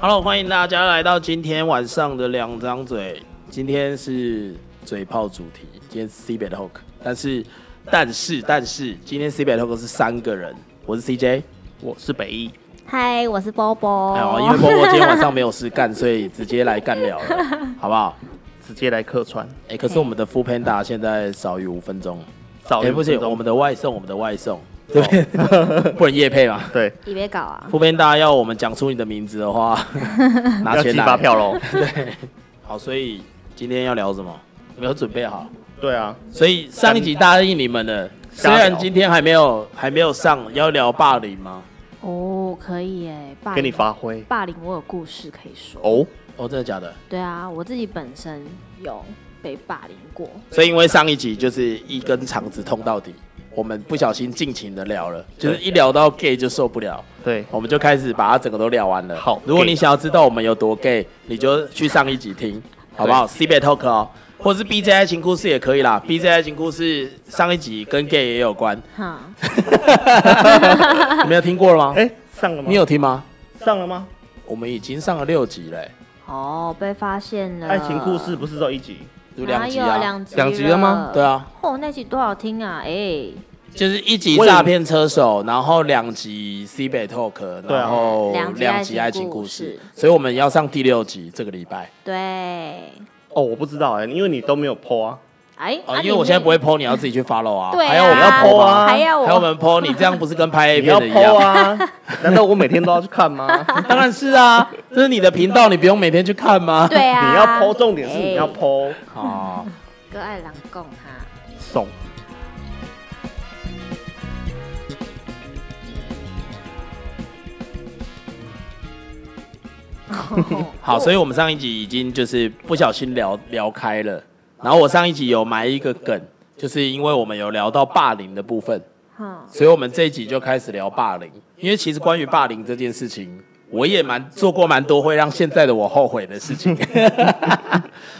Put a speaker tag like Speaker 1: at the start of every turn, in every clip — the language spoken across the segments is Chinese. Speaker 1: Hello，欢迎大家来到今天晚上的两张嘴。今天是嘴炮主题，今天是 C b e Talk，但是但是但是，今天 C b e Talk 是三个人，我是 CJ，
Speaker 2: 我是北一，
Speaker 3: 嗨，我是波波。
Speaker 2: 哦
Speaker 1: 哎呦，因为波波今天晚上没有事干，所以直接来干 聊了，好不好？
Speaker 2: 直接来客串，
Speaker 1: 哎、可是我们的 Full Panda 现在少于五分钟，
Speaker 2: 早
Speaker 1: 哎、
Speaker 2: 一
Speaker 1: 不行，
Speaker 2: 分
Speaker 1: 我
Speaker 2: 钟。哦
Speaker 1: 们的外送，我们的外送，这边 不能夜配嘛。
Speaker 2: 对，
Speaker 3: 你别搞啊！
Speaker 1: 副片大家要我们讲出你的名字的话， 拿
Speaker 2: 要
Speaker 1: 钱
Speaker 2: 寄
Speaker 1: 来
Speaker 2: 发票。喽。
Speaker 1: 好，所以今天要聊什么？有没有准备好？
Speaker 2: 对啊，
Speaker 1: 所以上一集答应你们的， 虽
Speaker 2: 瞎聊
Speaker 1: 然今天还没有还没有上，要聊霸凌吗？
Speaker 3: 哦，可以哎，霸
Speaker 2: 给
Speaker 3: 凌
Speaker 2: 你发挥。
Speaker 3: 霸凌，我有故事可以说。
Speaker 2: 哦，
Speaker 1: 哦，真的假的？
Speaker 3: 对啊，我自己本身有被霸凌过。
Speaker 1: 所以因为上一集就是一根肠子通到底，我们不小心尽情的聊了，就是一聊到 gay 就受不了，
Speaker 2: 对，
Speaker 1: 我们就开始把它整个都聊完了。
Speaker 2: 好
Speaker 1: 如果你
Speaker 2: gay
Speaker 1: 想要知道我们有多 gay，你就去上一集听，好不好？C B Talk 哦，或是 B J 爱情故事也可以啦。B J 爱情故事上一集跟 gay 也有关，
Speaker 3: 哈，
Speaker 1: 你没有听过了吗？
Speaker 2: 哎，上了吗？
Speaker 1: 你有听吗？
Speaker 2: 上了吗？
Speaker 1: 我们已经上了六集嘞、
Speaker 3: 哦，被发现了。
Speaker 2: 爱情故事不是只有一集？
Speaker 1: 有
Speaker 3: 哪
Speaker 1: 两集
Speaker 3: 有
Speaker 1: 啊，
Speaker 3: 两集
Speaker 2: 两集了吗
Speaker 1: 对啊，
Speaker 3: 哦，那集多好听啊！哎，
Speaker 1: 就是一集诈骗车手，然后两集 C 北 Talk，
Speaker 2: 对啊
Speaker 1: 然后
Speaker 3: 两集
Speaker 1: 两集爱
Speaker 3: 爱
Speaker 1: 情
Speaker 3: 情
Speaker 1: 故
Speaker 3: 故
Speaker 1: 事
Speaker 3: 事，
Speaker 1: 所以我们要上第六集这个礼拜。
Speaker 3: 对，
Speaker 2: 哦，我不知道哎，因为你都没有 PO 啊。
Speaker 3: 哎，
Speaker 1: 哦，
Speaker 3: 啊
Speaker 1: 因为我现在不。会
Speaker 3: 你
Speaker 1: PO，你要自己去 follow 啊。
Speaker 3: 对啊
Speaker 1: 还要我们要
Speaker 2: 你要
Speaker 1: PO 吗？
Speaker 3: 还要我
Speaker 1: 还有我们 PO，你这样不是跟拍 A
Speaker 2: 你
Speaker 1: 片
Speaker 2: 要
Speaker 1: 的一样
Speaker 2: PO？啊？难道我每天都要去看吗？
Speaker 1: 当然是啊，这是你的频道，你不用每天去看吗？
Speaker 3: 对 啊，
Speaker 2: 你要 PO，重点是你要
Speaker 3: 哎
Speaker 2: PO
Speaker 1: 哦，
Speaker 3: 割爱狼共哈。
Speaker 2: 送。
Speaker 1: 好，所以我们上一集已经就是不小心聊聊开了，然后我上一集有埋一个梗，就是因为我们有聊到霸凌的部分，
Speaker 3: 哈，
Speaker 1: 所以我们这一集就开始聊霸凌，因为其实关于霸凌这件事情，我也蛮做过蛮多会让现在的我后悔的事情。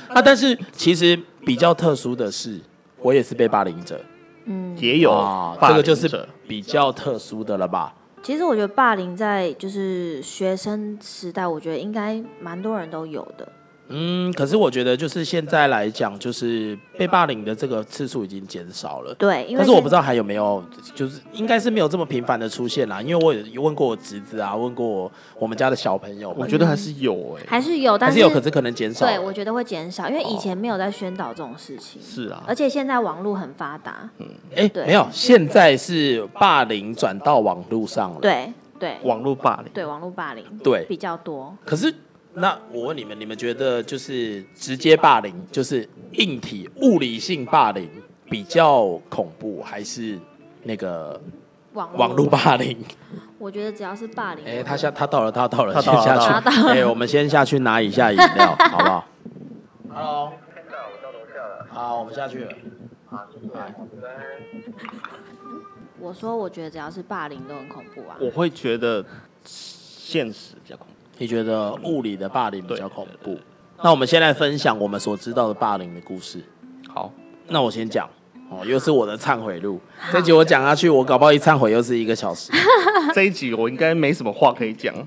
Speaker 1: 啊，但是其实比较特殊的是，我也是被霸凌者
Speaker 3: 嗯，
Speaker 2: 也有
Speaker 1: 啊，
Speaker 2: 霸
Speaker 1: 这个
Speaker 2: 凌
Speaker 1: 就是
Speaker 2: 者
Speaker 1: 比较特殊的了吧？
Speaker 3: 其实我觉得霸凌在就是学生时代，我觉得应该蛮多人都有的。
Speaker 1: 嗯，可是我觉得就是现在来讲，就是被霸凌的这个次数已经减少了。
Speaker 3: 对，因为
Speaker 1: 但是我不知
Speaker 3: 道
Speaker 1: 道还有没有，就是应该是没有这么频繁的出现啦，因为我有问过我侄子啊，问过我我们家的小朋友们，
Speaker 2: 我觉得还是有哎。
Speaker 3: 还是有，但
Speaker 1: 还是有，可是可能减少了。
Speaker 3: 对，我觉得会减少，因为以前没有在宣导这种事情，
Speaker 2: 是啊
Speaker 3: 而，且现在网络很发达，
Speaker 1: 哎、
Speaker 3: 对
Speaker 1: 没有，现在是霸凌转到网络上了。
Speaker 3: 对对
Speaker 2: 网络霸凌。
Speaker 3: 对，网络霸凌
Speaker 1: 对
Speaker 3: 比较多。
Speaker 1: 可是，那我问你们，你们觉得就是直接霸凌，就是硬体物理性霸凌比较恐怖，还是那个
Speaker 3: 网
Speaker 1: 网络，霸凌？
Speaker 3: 我觉得只要是霸凌，
Speaker 1: 哎、他下他到了，他到了，
Speaker 2: 他
Speaker 1: 先
Speaker 2: 到了
Speaker 1: 下
Speaker 2: 他
Speaker 3: 到
Speaker 1: 去。哎、我们先下去拿一下饮料，好不好？Hello。好，我们下去了。
Speaker 3: 我说我觉得只要是霸凌都很恐怖啊。
Speaker 2: 我会觉得现实比较恐怖。
Speaker 1: 你觉得物理的霸凌比较恐
Speaker 2: 对
Speaker 1: 怖？那我们先来分享我们所知道的霸凌的故事。
Speaker 2: 好，
Speaker 1: 那我先讲，哦，又是我的忏悔录。这集我讲下去，我搞不好一忏悔又是一个小时。
Speaker 2: 这一集我应该没什么话可以讲。
Speaker 3: 哦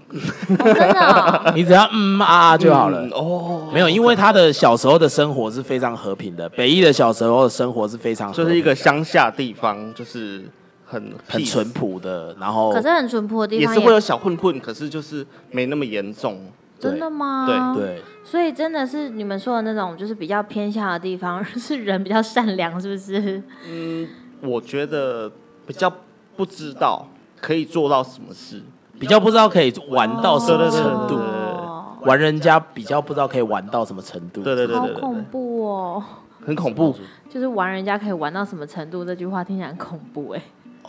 Speaker 3: 真的哦、
Speaker 1: 你只要嗯啊啊就好了。
Speaker 2: 嗯哦，
Speaker 1: 没有，因为他的小时候的生活是非常和平的，北艺的小时候的生活是非常和
Speaker 2: 就
Speaker 1: 平
Speaker 2: 是一个乡下地方，就是很
Speaker 1: 很
Speaker 2: peace
Speaker 1: 淳朴的，然后
Speaker 3: 哦可是很淳朴的地
Speaker 2: 也
Speaker 3: 方
Speaker 2: 是会有小混混，可是就是没那么严重。
Speaker 1: 对
Speaker 3: 真的吗？
Speaker 2: 对
Speaker 1: 对，
Speaker 3: 所以真的是你们说的那种，就是比较偏向的地方， 是人比较善良，是不是？
Speaker 2: 我觉得比较不知道可以做到什么事，
Speaker 1: 比较不知道可以玩到什么程度，
Speaker 2: 对对对
Speaker 3: 哦
Speaker 1: 玩人家比较不知道可以玩到什么程度。
Speaker 2: 对对对
Speaker 3: 好
Speaker 2: 对对
Speaker 3: 恐
Speaker 2: 对，
Speaker 3: 怖哦！
Speaker 2: 很恐怖。
Speaker 3: 就是玩人家可以玩到什么程度，这句话听起来很恐怖哎、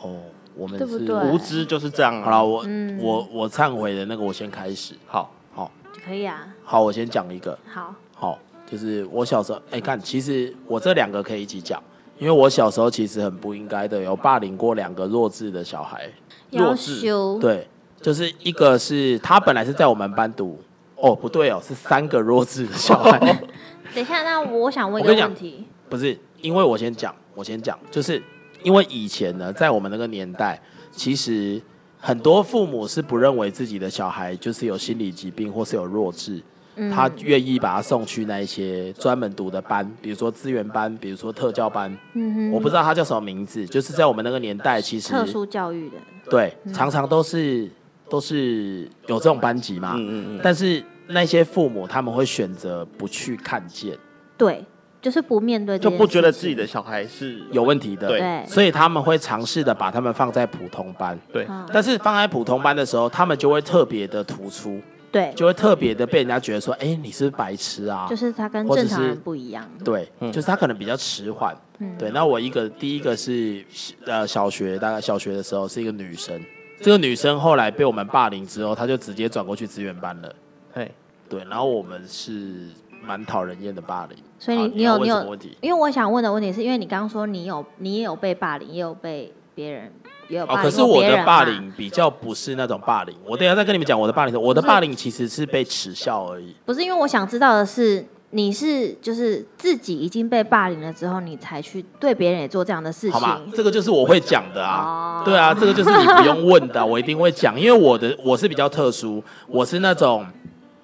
Speaker 1: 哦，我们
Speaker 3: 对不
Speaker 1: 是
Speaker 3: 对嗯
Speaker 2: 无知就是这样
Speaker 1: 好
Speaker 2: 啊。
Speaker 1: 了，我、我我忏悔的那个我先开始。
Speaker 2: 好，
Speaker 1: 好
Speaker 3: 可以啊，
Speaker 1: 好，我先讲一个。
Speaker 3: 好，
Speaker 1: 好，就是我小时候，哎、看，其实我这两个可以一起讲，因为我小时候其实很不应该的，有霸凌过两个弱智的小孩。
Speaker 2: 弱
Speaker 3: 要
Speaker 2: 智
Speaker 3: 修
Speaker 1: 对，就是一个是他本来是在我们班读，哦，不对哦，是三个弱智的小 孩，
Speaker 3: 等一下，那我想问一
Speaker 1: 我
Speaker 3: 个
Speaker 1: 跟你讲
Speaker 3: 问题，
Speaker 1: 不是，因为我先讲，我先讲，就是因为以前呢，在我们那个年代，其实很多父母是不认为自己的小孩就是有心理疾病或是有弱智，
Speaker 3: 嗯
Speaker 1: 他愿意把他送去那一些专门读的班，比如说资源班，比如说特教班。
Speaker 3: 嗯
Speaker 1: 我不知道他叫什么名字，就是在我们那个年代，其
Speaker 3: 哼，
Speaker 1: 实
Speaker 3: 特殊教育的，嗯
Speaker 1: 对，常常都是都是有这种班级嘛。
Speaker 2: 嗯嗯嗯，
Speaker 1: 但是那些父母他们会选择不去看见
Speaker 3: 对，就是不面对这
Speaker 2: 就
Speaker 3: 件
Speaker 2: 不觉得自
Speaker 3: 事
Speaker 2: 己
Speaker 3: 情
Speaker 2: 的小孩是
Speaker 1: 有问题的，
Speaker 2: 对
Speaker 3: 对
Speaker 1: 所以他们会尝试的把他们放在普通班。
Speaker 2: 对
Speaker 3: 嗯
Speaker 1: 但是放在普通班的时候，他们就会特别的突出，
Speaker 3: 对，
Speaker 1: 就会特别的被人家觉得说，哎、你是不是白痴啊？
Speaker 3: 就是他跟
Speaker 1: 或者
Speaker 3: 正常
Speaker 1: 是
Speaker 3: 人不一样，
Speaker 1: 对，就是他可能比较迟缓。
Speaker 3: 嗯
Speaker 1: 对，那我一个第一个是呃小学，大概小学的时候是一个女生，这个女生后来被我们霸凌之后，她就直接转过去资源班了。
Speaker 2: 嘿
Speaker 1: 对，然后我们是蛮讨人厌的霸凌。
Speaker 3: 所以
Speaker 1: 好
Speaker 3: 你
Speaker 1: 你
Speaker 3: 你
Speaker 1: 要
Speaker 3: 有
Speaker 1: 问
Speaker 3: 你
Speaker 1: 什么
Speaker 3: 有
Speaker 1: 问题，
Speaker 3: 因为我想问的问题是因为你刚刚说你有你也有被霸凌，也有被别人也有
Speaker 1: 哦，
Speaker 3: 霸
Speaker 1: 可
Speaker 3: 凌
Speaker 1: 是
Speaker 3: 过
Speaker 1: 我
Speaker 3: 别人嘛，
Speaker 1: 的霸凌比较不是那种霸凌，我等一下再跟你们讲我的霸凌。我的霸凌其实是被耻笑而已。
Speaker 3: 不是因为我想知道的是，你是就是自己已经被霸凌了之后，你才去对别人也做这样的事
Speaker 1: 好吗？
Speaker 3: 情。
Speaker 1: 这个就是我会讲的啊
Speaker 3: 哦，
Speaker 1: 对啊，这个就是你不用问的啊，我一定会讲，因为我的我是比较特殊，我是那种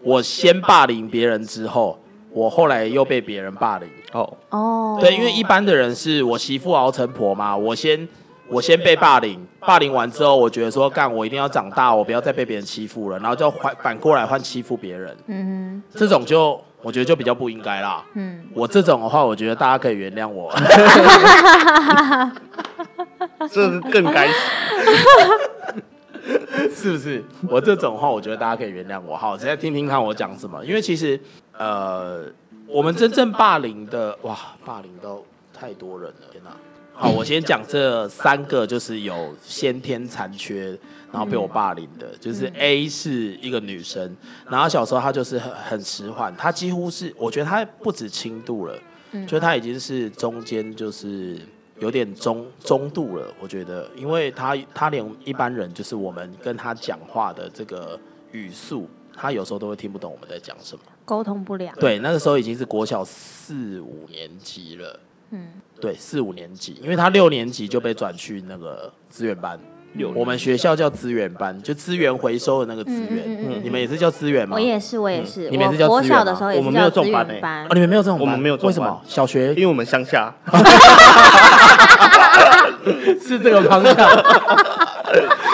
Speaker 1: 我先霸凌别人之后，我后来又被别人霸凌，
Speaker 2: 哦，
Speaker 3: 哦，
Speaker 1: 对，因为一般的人是我媳妇熬成婆嘛，我先我先被霸凌，霸凌完之后，我觉得说干，我一定要长大，我不要再被别人欺负了，然后就反反过来换欺负别人，
Speaker 3: 嗯
Speaker 1: 这种就我觉得就比较不应该啦。
Speaker 3: 哼嗯，
Speaker 1: 我这种的话，我觉得大家可以原谅我。
Speaker 2: 这个更该死。
Speaker 1: 是不是？我这种话，我觉得大家可以原谅我。好，现在听听看我讲什么，因为其实呃，我们真正霸凌的哇，霸凌到太多人了，天哪！好，我先讲这三个，就是有先天残缺，然后被我霸凌的，就是 A 是一个女生，然后小时候她就是很很迟缓，她几乎是，我觉得她不止轻度了，
Speaker 3: 嗯
Speaker 1: 就她已经是中间就是有点中中度了，我觉得，因为她她连一般人就是我们跟她讲话的这个语速，她有时候都会听不懂我们在讲什么。
Speaker 3: 沟通不良。
Speaker 1: 对，那个时候已经是国小四五年级了。
Speaker 3: 嗯，
Speaker 1: 对，四五年级，因为他六年级就被转去那个资源班。我们学校叫资源班，就资源回收的那个资源。
Speaker 3: 嗯嗯嗯嗯
Speaker 1: 你们也是叫资源吗？
Speaker 3: 我也是，我也是。
Speaker 1: 嗯你们也是叫
Speaker 3: 我国
Speaker 1: 资源
Speaker 3: 小的
Speaker 1: 吗
Speaker 3: 时候也
Speaker 2: 我
Speaker 3: 是
Speaker 2: 们没有这
Speaker 3: 叫
Speaker 2: 种
Speaker 3: 资
Speaker 2: 班
Speaker 3: 源
Speaker 2: 欸
Speaker 3: 班
Speaker 1: 哦，，你们没有这种班，
Speaker 2: 我们没有这种
Speaker 1: 为什么
Speaker 2: 班？
Speaker 1: 小学
Speaker 2: 因为我们乡下，
Speaker 1: 是这个方向，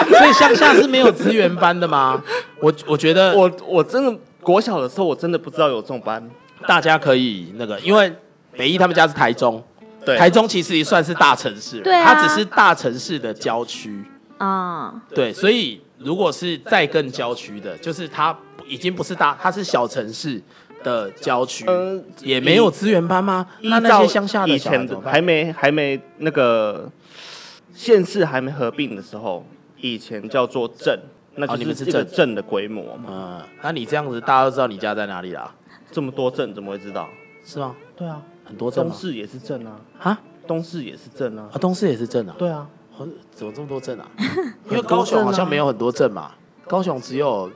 Speaker 1: 所以乡下是没有资源班的吗？我我觉得
Speaker 2: 我我真的国小的时候，我真的不知道有这种班。
Speaker 1: 大家可以那个，因为北一他们家是台中，
Speaker 2: 对，
Speaker 1: 台中其实也算是大城市了，
Speaker 3: 对啊
Speaker 1: 它只是大城市的郊区。
Speaker 3: 啊，
Speaker 1: 对，所以如果是再更郊区的，就是它已经不是大，它是小城市的郊区，
Speaker 2: 嗯
Speaker 1: 也没有资源班吗？
Speaker 2: 依
Speaker 1: 那那
Speaker 2: 照
Speaker 1: 些乡下的
Speaker 2: 以
Speaker 1: 小孩
Speaker 2: 前
Speaker 1: 怎么
Speaker 2: 的
Speaker 1: 办
Speaker 2: 还没还没那个县市还没合并的时候，以前叫做镇，那
Speaker 1: 哦你
Speaker 2: 就
Speaker 1: 们是
Speaker 2: 是这个
Speaker 1: 镇
Speaker 2: 镇的规模嘛。
Speaker 1: 嗯，那你这样子大家都知道你家在哪里啦，
Speaker 2: 这么多镇怎么会知道？
Speaker 1: 是吗？
Speaker 2: 对啊，
Speaker 1: 很多镇
Speaker 2: 东
Speaker 1: 吗？
Speaker 2: 市也是镇啊，
Speaker 1: 啊
Speaker 2: 东市也是镇啊
Speaker 1: 啊，。东市也是镇啊？
Speaker 2: 对啊，
Speaker 1: 哦怎么这么多镇 啊？因为高雄好像没有很多镇嘛，高雄只有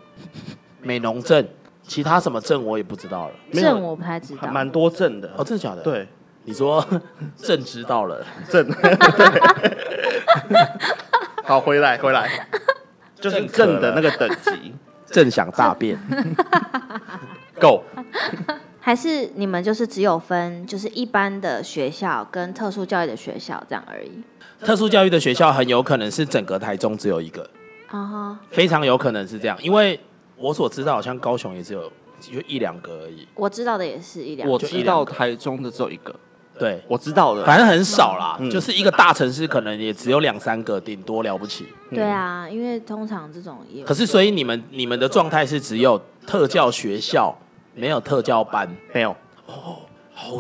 Speaker 1: 美浓镇，其他什么镇我也不知道了。
Speaker 2: 没有
Speaker 3: 这我不太知
Speaker 2: 还
Speaker 3: 道。
Speaker 2: 蛮多镇的。
Speaker 1: 哦，真的假的？，
Speaker 2: 对，
Speaker 1: 你说 朕知道了。
Speaker 2: 镇。 好，回来回来，就是镇的那个等 级。
Speaker 1: 正想大便，
Speaker 2: Go，
Speaker 3: 还是你们就是只有分就是一般的学校跟特殊教育的学校这样而已？
Speaker 1: 特殊教育的学校很有可能是整个台中只有一个，
Speaker 3: 啊哈，
Speaker 1: 非常有可能是这样，因为我所知道好像高雄也只有就一两个而已，
Speaker 3: 我知道的也是一两
Speaker 2: 我
Speaker 3: 个。
Speaker 1: 就一
Speaker 2: 知
Speaker 1: 两
Speaker 2: 道
Speaker 1: 个
Speaker 2: 台中的只有一个，
Speaker 1: 对，
Speaker 2: 我知道的。
Speaker 1: 反正很少啦，
Speaker 2: 嗯
Speaker 1: 就是一个大城市可能也只有两三个，顶多了不起。
Speaker 3: 对啊，因为通常这种也
Speaker 1: 嗯可是所以你们你们的状态是只有特教学校，没有特教班，
Speaker 2: 没有，
Speaker 1: 好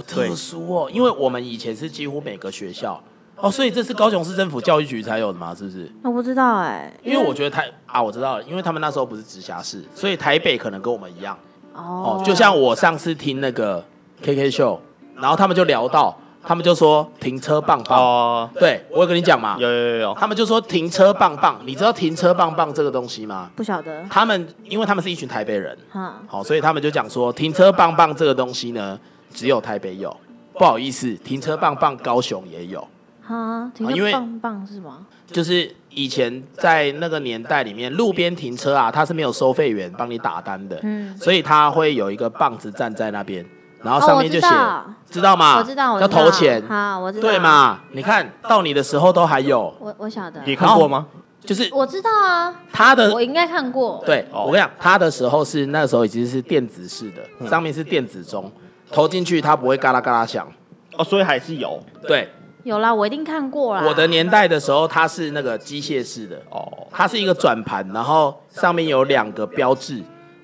Speaker 1: 特殊哦，因为我们以前是几乎每个学校。哦，所以这是高雄市政府教育局才有的吗？是不是？
Speaker 3: 我不知道哎、
Speaker 1: 因为我觉得台啊，我知道了，因为他们那时候不是直辖市，所以台北可能跟我们一样，哦
Speaker 3: 哦，，
Speaker 1: 就像我上次听那个 KK 秀，然后他们就聊到，他们就说停车棒棒，
Speaker 2: 哦，
Speaker 1: 对我有跟你讲嘛，
Speaker 2: 有有有有，
Speaker 1: 他们就说停车棒棒，你知道停车棒棒这个东西吗？
Speaker 3: 不晓得，
Speaker 1: 他们因为他们是一群台北人，
Speaker 3: 哈，
Speaker 1: 好，所以他们就讲说停车棒棒这个东西呢，只有台北有，不好意思，停车棒棒高雄也有，
Speaker 3: 哈哈，停
Speaker 1: 啊因为
Speaker 3: 车棒棒是吗？
Speaker 1: 就是以前在那个年代里面，路边停车啊，它是没有收费员帮你打单的，
Speaker 3: 嗯
Speaker 1: 所以它会有一个棒子站在那边，然后
Speaker 3: 哦
Speaker 1: 上
Speaker 3: 我
Speaker 1: 面就
Speaker 3: 知
Speaker 1: 写，
Speaker 3: 道
Speaker 1: 知道吗？
Speaker 3: 我知道，我
Speaker 1: 要
Speaker 3: 知道
Speaker 1: 投钱，
Speaker 3: 好，我知道，
Speaker 1: 对？嘛？你看到你的时候都还有，
Speaker 3: 我我晓得，
Speaker 2: 你看过吗？
Speaker 1: 就是
Speaker 3: 我知道啊，
Speaker 1: 它的
Speaker 3: 我应该看过，
Speaker 1: 对，
Speaker 2: 哦
Speaker 1: 我跟你讲，他的时候是那时候已经是电子式的，上面是电子钟，投进去它不会嘎啦嘎啦响。
Speaker 2: 哦，所以还是有
Speaker 1: 对，
Speaker 3: 有啦，我一定看过啦。
Speaker 1: 我的年代的时候，它是那个机械式的，
Speaker 2: 哦，
Speaker 1: 它是一个转盘，然后上面有两个标志，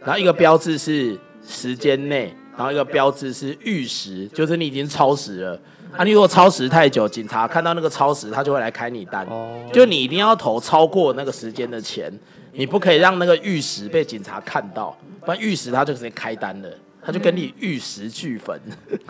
Speaker 1: 然后一个标志是时间内，然后一个标志是逾时，就是你已经超时了。啊，你如果超时太久，警察看到那个超时，他就会来开你单。
Speaker 2: 哦
Speaker 1: 就你一定要投超过那个时间的钱，你不可以让那个玉石被警察看到，不然玉石他就直接开单了，他就跟你玉石俱焚。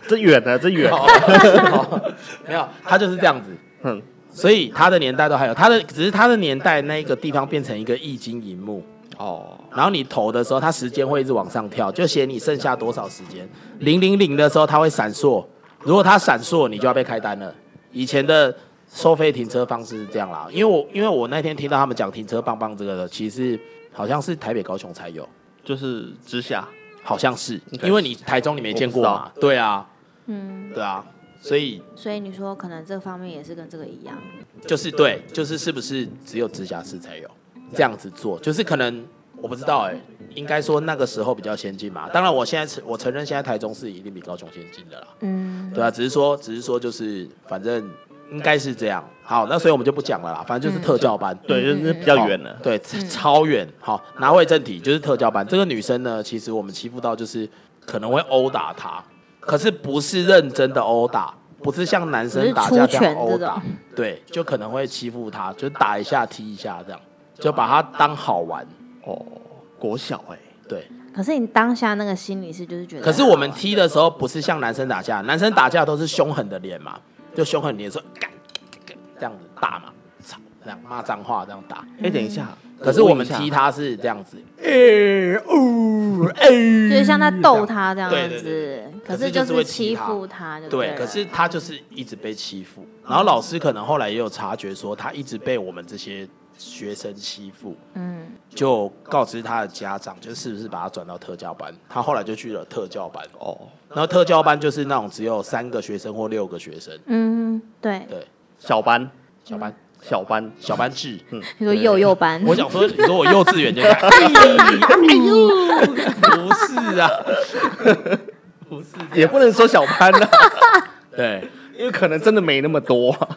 Speaker 2: 这远了，这远了，
Speaker 1: 没有，他就是这样子。
Speaker 2: 嗯，
Speaker 1: 所以他的年代都还有，他的只是他的年代那个地方变成一个易经荧幕，
Speaker 2: 哦，
Speaker 1: 然后你投的时候，它时间会一直往上跳，就写你剩下多少时间。零零零的时候，它会闪烁，如果它闪烁，你就要被开单了。以前的收费停车方式是这样啦，因为我因为我那天听到他们讲停车棒棒这个的，其实好像是台北、高雄才有，
Speaker 2: 就是之下，
Speaker 1: 好像是
Speaker 2: 应该是
Speaker 1: 因为你台中你没见过
Speaker 2: 我
Speaker 1: 嘛，对啊，
Speaker 3: 嗯，
Speaker 1: 对啊，所以
Speaker 3: 所以你说可能这方面也是跟这个一样，
Speaker 1: 就是对，就是是不是只有直辖市才有这样子做？就是可能我不知道哎、应该说那个时候比较先进嘛。当然，我现在承我承认现在台中市一定比高雄先进的啦。
Speaker 3: 嗯，
Speaker 1: 对啊，只是说只是说就是反正应该是这样。好，那所以我们就不讲了啦，反正
Speaker 3: 嗯
Speaker 1: 就是特教班。
Speaker 2: 对，就是比较远了
Speaker 1: 好，对，超远。好，拿回正题，就是特教班。这个女生呢，其实我们欺负到就是可能会殴打她，可是不是认真的殴打，不是像男生打架
Speaker 3: 不是出
Speaker 1: 样
Speaker 3: 拳
Speaker 1: 殴
Speaker 3: 这
Speaker 1: 打
Speaker 3: 种，
Speaker 1: 对，就可能会欺负她，就打一下踢一下这样，就把她当好玩。
Speaker 2: 哦，国小哎，
Speaker 1: 对，
Speaker 3: 可是你当下那个心理是就是觉得，
Speaker 1: 可是我们踢的时候不是像男生打架，男生打架都是凶狠的脸嘛，就凶狠脸说干干干这样子打嘛，操这样骂脏话这样打。
Speaker 2: 哎，等一下，
Speaker 1: 可是我们
Speaker 2: 问一下
Speaker 1: 踢，他是这样子，哎哦哎，
Speaker 3: 就是像在逗他这样
Speaker 1: 对对
Speaker 3: 子，
Speaker 1: 可
Speaker 3: 可
Speaker 1: 是
Speaker 3: 是
Speaker 1: 就
Speaker 3: 就是
Speaker 1: 会
Speaker 3: 是
Speaker 1: 欺
Speaker 3: 欺
Speaker 1: 他
Speaker 3: 负他就
Speaker 1: 对，
Speaker 3: 了
Speaker 1: 可是他就是一直被欺负，然后老师可能后来也有察觉说他一直被我们这些学生欺负，
Speaker 3: 嗯，
Speaker 1: 就告知他的家长，就是不是把他转到特教班，他后来就去了特教班，
Speaker 2: 哦，
Speaker 1: 然后特教班就是那种只有三个学生或六个学生，
Speaker 3: 嗯，对，
Speaker 1: 对，
Speaker 2: 小班，
Speaker 1: 小班
Speaker 2: 小班，
Speaker 1: 小班制，
Speaker 3: 你说幼幼班，
Speaker 1: 嗯我想说，你说我幼稚园就开， 哎呦，不是啊，不是，
Speaker 2: 也不能说小班 啦，
Speaker 1: 对。
Speaker 2: 因为可能真的没那么多啊，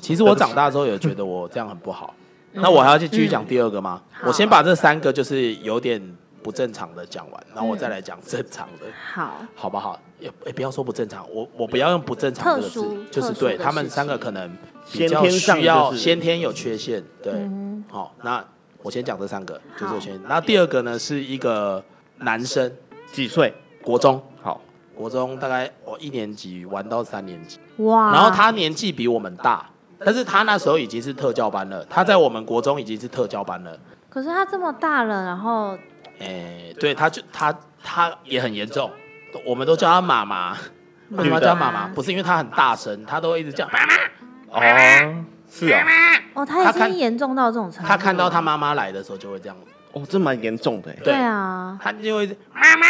Speaker 1: 其实我长大之后有觉得我这样很不好，那我还要去继续讲第二个吗？我先把这三个就是有点不正常的讲完，然后我再来讲正常的，
Speaker 3: 好，
Speaker 1: 好不好？也、也不要说不正常，我我不要用不正常这个
Speaker 3: 特
Speaker 1: 字
Speaker 3: 殊，
Speaker 1: 就是
Speaker 3: 特殊
Speaker 1: 对
Speaker 3: 的
Speaker 1: 他们
Speaker 3: 事情
Speaker 1: 三个可能比
Speaker 2: 先
Speaker 1: 较
Speaker 2: 天上
Speaker 1: 需要
Speaker 2: 就是
Speaker 1: 先天有缺陷，对，好、
Speaker 3: 嗯
Speaker 1: 那我先讲这三个，就是我
Speaker 3: 好
Speaker 1: 先，那第二个呢是一个男生，
Speaker 2: 几岁？
Speaker 1: 国中，
Speaker 2: 好，
Speaker 1: 国中大概我一年级玩到三年级。
Speaker 3: 哇，
Speaker 1: 然后他年纪比我们大，但是他那时候已经是特教班了，他在我们国中已经是特教班了。
Speaker 3: 可是他这么大了，然后
Speaker 1: 哎，对，他就他他也很严重，我们都叫他妈妈，为什么要叫他妈妈？不是因为他很大声，他都会一直叫妈妈。
Speaker 2: 哦，是啊，
Speaker 3: 哦，他
Speaker 1: 他
Speaker 3: 已
Speaker 1: 看
Speaker 3: 经严重到这种程度，
Speaker 1: 他看到他，妈妈来的时候就会这样，
Speaker 2: 哦，这蛮严重的哎，
Speaker 1: 对
Speaker 3: 对啊，
Speaker 1: 他就会一直妈妈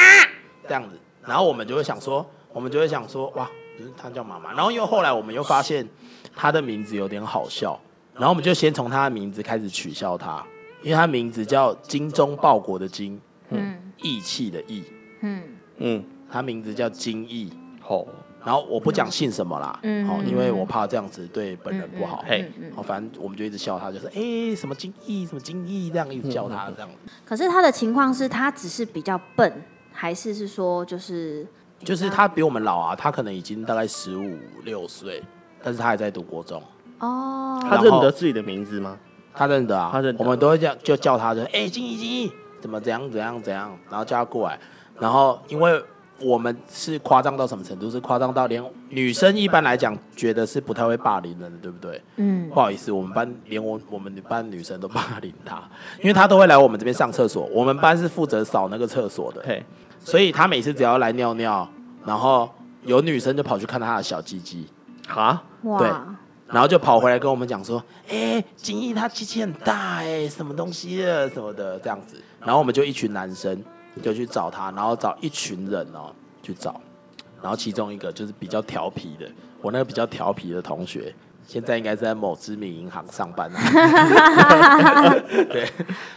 Speaker 1: 这样子，然后我们就会想说，我们就会想说，哇，就是他叫妈妈。然后又后来我们又发现他的名字有点好笑，然后我们就先从他的名字开始取笑他，因为他名字叫精忠报国的精，
Speaker 3: 嗯
Speaker 1: 义气的义，
Speaker 3: 嗯，
Speaker 2: 嗯，
Speaker 1: 他名字叫精义。
Speaker 2: 好，
Speaker 1: 然后我不讲姓什么啦，
Speaker 3: 嗯
Speaker 1: 好、
Speaker 3: 嗯
Speaker 1: 因为我怕这样子对本人不好。
Speaker 2: 嗯嗯
Speaker 1: 嘿
Speaker 2: 嗯，
Speaker 1: 好，反正我们就一直笑他，就是哎、什么精义，什么精义，这样一直叫
Speaker 2: 嗯
Speaker 1: 他这样子。
Speaker 3: 可是他的情况是他只是比较笨，还是是说就是
Speaker 1: 就是他比我们老啊，他可能已经大概十五六岁，但是他还在读国中，
Speaker 3: 哦，
Speaker 2: 他认得自己的名字吗？
Speaker 1: 他认得啊，
Speaker 2: 他认得
Speaker 1: 我们都会叫就叫他就哎、欸、金怡金怡怎么怎样怎样怎样，然后叫他过来，然后因为我们是夸张到什么程度？是夸张到连女生一般来讲觉得是不太会霸凌人的，对不对？
Speaker 3: 嗯
Speaker 1: 不好意思，我们班连我我们班女生都霸凌他， 因为他都会来我们这边上厕所，我们班是负责扫那个厕所的，
Speaker 2: 嘿，
Speaker 1: 所以他每次只要来尿尿，然后有女生就跑去看他的小鸡鸡。
Speaker 2: 哈，
Speaker 1: 对
Speaker 3: 哇，
Speaker 1: 然后就跑回来跟我们讲说，哎，锦衣他机器很大哎、什么东西啊什么的这样子，然后我们就一群男生就去找他，然后找一群人哦去找，然后其中一个就是比较调皮的，我那个比较调皮的同学。现在应该是在某知名银行上班、啊， 对，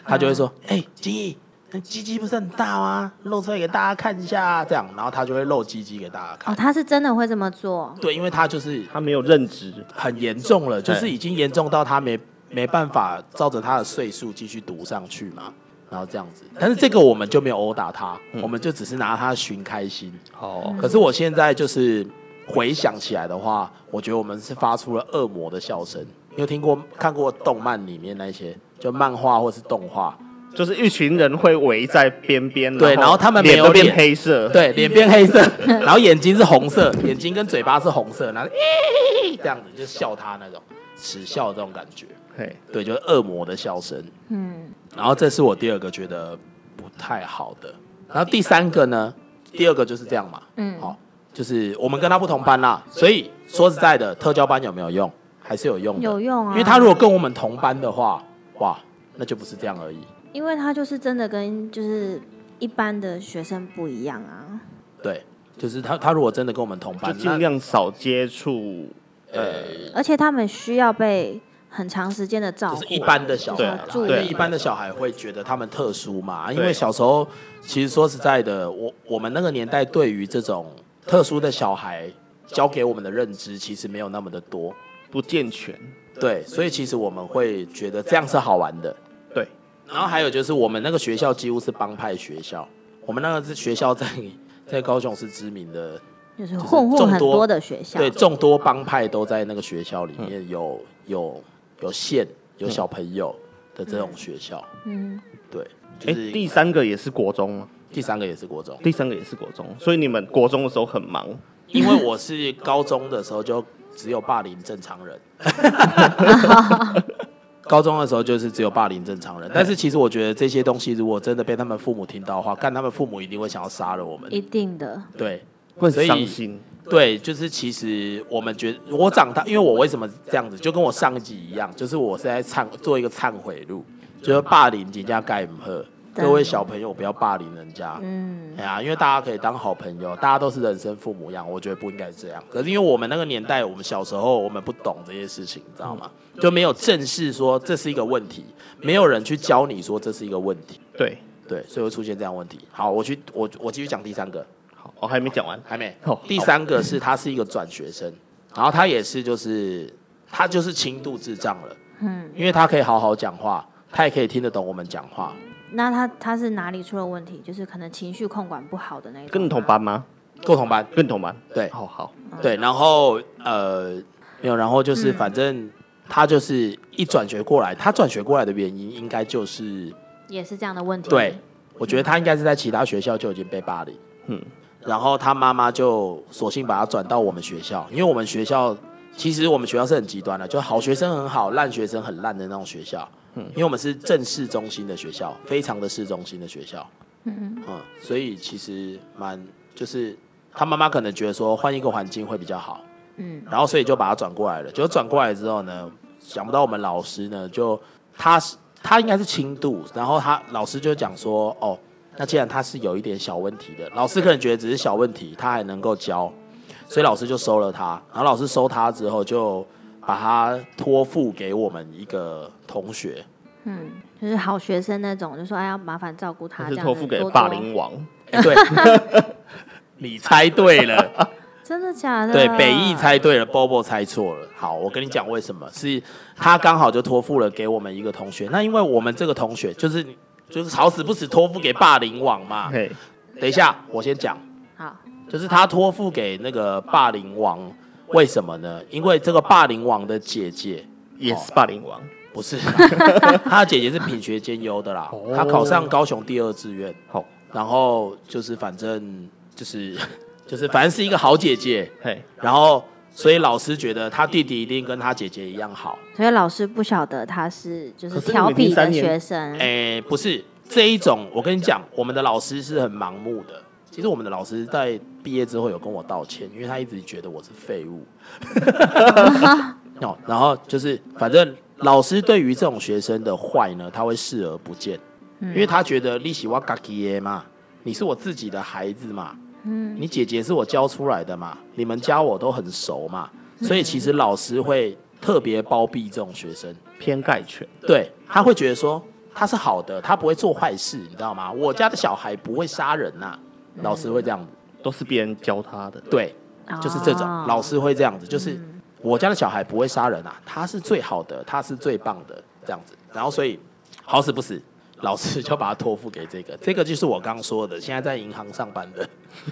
Speaker 1: 他就会说：“哎、金毅，那鸡鸡不是很大吗？露出来给大家看一下啊。”这样，然后他就会露鸡鸡给大家看。
Speaker 3: 哦，他是真的会这么做，
Speaker 1: 对，因为他就是
Speaker 2: 他没有认知，
Speaker 1: 很严重了，就是已经严重到他没没办法照着他的岁数继续读上去嘛，然后这样子。但是这个我们就没有殴打他，我们就只是拿他寻开心。
Speaker 2: 哦，
Speaker 1: 可是我现在就是回想起来的话，我觉得我们是发出了恶魔的笑声。你有听过看过动漫里面那些，就漫画或是动画，
Speaker 2: 就是一群人会围在边边，
Speaker 1: 对然后他们没
Speaker 2: 脸
Speaker 1: 有
Speaker 2: 都变
Speaker 1: 脸
Speaker 2: 黑色，
Speaker 1: 对，脸变黑色，然后眼睛是红色，眼睛跟嘴巴是红色，然后 这样子就笑他那种耻笑这种感觉，
Speaker 2: 对，
Speaker 1: 对，就是恶魔的笑声。
Speaker 3: 嗯，
Speaker 1: 然后这是我第二个觉得不太好的。然后第三个呢，第二个就是这样嘛，
Speaker 3: 嗯
Speaker 1: 好、就是我们跟他不同班啦，所以说实在的，特教班有没有用？还是有用的，
Speaker 3: 有用啊
Speaker 1: 因为他如果跟我们同班的话，哇，那就不是这样而已。
Speaker 3: 因为他就是真的跟就是一般的学生不一样啊，
Speaker 1: 对，就是他他如果真的跟我们同
Speaker 2: 就
Speaker 1: 班，
Speaker 2: 尽量少接触，
Speaker 1: 那呃，
Speaker 3: 而且他们需要被很长时间的照
Speaker 1: 就是
Speaker 3: 顾，
Speaker 1: 一般的小孩啦，
Speaker 3: 对
Speaker 1: 因
Speaker 3: 对
Speaker 1: 为一般的小孩会觉得他们特殊嘛。因为小时候，其实说实在的，我我们那个年代对于这种特殊的小孩教给我们的认知，其实没有那么的多。
Speaker 2: 不健全，
Speaker 1: 对，所以其实我们会觉得这样是好玩的。
Speaker 2: 对，
Speaker 1: 然后还有就是我们那个学校几乎是帮派学校，我们那个是学校在在高雄是知名的，
Speaker 3: 就是混混很多的学校，
Speaker 1: 对，众多帮派都在那个学校里面有有有县有小朋友的这种学校，
Speaker 3: 嗯，
Speaker 1: 对，就
Speaker 2: 哎，
Speaker 1: 是
Speaker 2: 第三个也是国中吗？
Speaker 1: 第三个也是国 中，
Speaker 2: 第三个也是国中，所以你们国中的时候很忙，
Speaker 1: 因为我是高中的时候就只有霸凌正常 人，高中的时候就是只有霸凌正常人。但是其实我觉得这些东西如果真的被他们父母听到的话，干他们父母一定会想要杀了我们。
Speaker 3: 一定的，
Speaker 1: 对
Speaker 2: 会
Speaker 1: 所
Speaker 2: 很
Speaker 1: 以
Speaker 2: 伤心，
Speaker 1: 对，就是其实我们觉得我长大，因为我为什么这样子，就跟我上一集一样，就是我是在忏做一个忏悔录，就是霸凌人家盖姆赫，
Speaker 3: 对
Speaker 1: 各位小朋友不要霸凌人家。
Speaker 3: 嗯，
Speaker 1: 哎呀，因为大家可以当好朋友，大家都是人生父母样，我觉得不应该这样。可是因为我们那个年代，我们小时候我们不懂这些事情，你知道吗？
Speaker 3: 嗯
Speaker 1: 就没有正视说这是一个问题，没有人去教你说这是一个问题，
Speaker 2: 对，
Speaker 1: 对，所以会出现这样的问题。好，我去，我我继续讲第三个，
Speaker 2: 好，我还没讲完，
Speaker 1: 还没
Speaker 2: 哦。
Speaker 1: 第三个是他是一个转学生，然后他也是就是他就是轻度智障了，
Speaker 3: 嗯，
Speaker 1: 因为他可以好好讲话，他也可以听得懂我们讲话，
Speaker 3: 那他他是哪里出了问题？就是可能情绪控管不好的那一种，
Speaker 2: 跟你同，班吗？
Speaker 1: 够同班。
Speaker 2: 跟你同班，
Speaker 1: 对
Speaker 2: 好好，
Speaker 1: 对，然后呃，没有，然后就是反正他就是一转学过来，他转学过来的原因应该就是
Speaker 3: 也是这样的问题，
Speaker 1: 对，，我觉得他应该是在其他学校就已经被霸凌，
Speaker 2: 嗯，
Speaker 1: 然后他妈妈就索性把他转到我们学校，因为我们学校其实我们学校是很极端的，就好学生很好，烂学生很烂的那种学校，嗯，因为我们是正市中心的学校，非常的市中心的学校，
Speaker 3: 嗯，
Speaker 1: 嗯，所以其实蛮就是他妈妈可能觉得说换一个环境会比较好。
Speaker 3: 嗯，
Speaker 1: 然后所以就把他转过来了。结果转过来之后呢，想不到我们老师呢，就他是他应该是轻度，然后他老师就讲说，哦，那既然他是有一点小问题的，老师可能觉得只是小问题，他还能够教，所以老师就收了他。然后老师收他之后，就把他托付给我们一个同学，
Speaker 3: 嗯，就是好学生那种，就说哎呀麻烦照顾
Speaker 2: 他
Speaker 3: 他，啊这
Speaker 2: 是
Speaker 3: 样
Speaker 2: 托
Speaker 3: 子
Speaker 2: 付给
Speaker 3: 多
Speaker 2: 霸
Speaker 3: 多
Speaker 2: 凌王，
Speaker 1: 哎对。 你猜对了，
Speaker 3: 真的假的？
Speaker 1: 对，北艺猜对了，Bobo 猜错了。好，我跟你讲为什么，是他刚好就托付了给我们一个同学。那因为我们这个同学就是就是好死不死托付给霸凌网嘛。
Speaker 2: 嘿，
Speaker 1: 等一下，我先讲，
Speaker 3: 好，
Speaker 1: 就是他托付给那个霸凌网，为什么呢？因为这个霸凌网的姐姐
Speaker 2: 也是霸凌王，
Speaker 1: 不是， 他的姐姐是品学兼优的啦，他考上高雄第二志愿，
Speaker 2: 好，
Speaker 1: 然后就是反正就是 就是反正是一个好姐姐。
Speaker 2: 嘿，
Speaker 1: 然后所以老师觉得他弟弟一定跟他姐姐一样好。
Speaker 3: 所以老师不晓得他是就是
Speaker 2: 可是
Speaker 3: 调
Speaker 2: 你们已
Speaker 3: 皮
Speaker 2: 经三
Speaker 3: 的
Speaker 2: 年
Speaker 3: 学生，
Speaker 1: 诶，哎不是这一种，我跟你讲，我们的老师是很盲目的。其实我们的老师在毕业之后有跟我道歉，因为他一直觉得我是废物。 哦，然后就是反正老师对于这种学生的坏呢，他会视而不见，因为他觉得利息我嘎吉耶嘛，你是我自己的孩子嘛，嗯，你姐姐是我教出来的嘛，你们家我都很熟嘛，所以其实老师会特别包庇这种学生。
Speaker 2: 偏概全，
Speaker 1: 对，他会觉得说他是好的，他不会做坏事，你知道吗？我家的嗯小孩不会杀人呐、老师会这样子，
Speaker 2: 都是别人教他的。
Speaker 1: 对，就是这种，
Speaker 3: 哦
Speaker 1: 老师会这样子，就是我家的小孩不会杀人啊，他是最好的，他是最棒的，这样子。然后所以好死不死，老师就把他托付给这个，这个就是我刚说的，现在在银行上班的，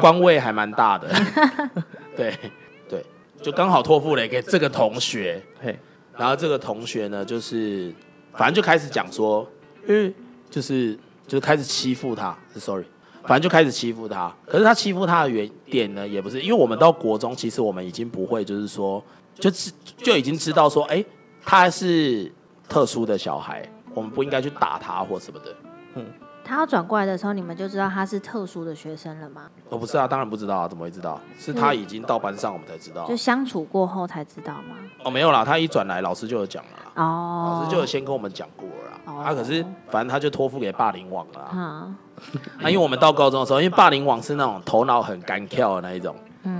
Speaker 1: 官位还蛮大的，对对，就刚好托付了给这个同学，
Speaker 2: 嘿，
Speaker 1: 然后这个同学呢，就是反正就开始讲说，嗯，就是就是开始欺负他，sorry，反正就开始欺负他。可是他欺负他的原点呢，也不是因为我们到国中，其实我们已经不会就是说，就是就已经知道说，哎，他是特殊的小孩，我们不应该去打他或什么的。
Speaker 3: 他要转过来的时候，你们就知道他是特殊的学生了吗？
Speaker 1: 哦，不是啊，当然不知道啊，怎么会知道？是他已经到班上，我们才知道
Speaker 3: 就。相处过后才知道吗？
Speaker 1: 哦，没有啦，他一转来，老师就有讲了啦。
Speaker 3: 哦，
Speaker 1: 老师就有先跟我们讲过了啦，
Speaker 3: 哦
Speaker 1: 啊，可是反正他就托付给霸凌网了啦。
Speaker 3: 啊，
Speaker 1: 啊，因为我们到高中的时候，因为霸凌网是那种头脑很干跳的那一种，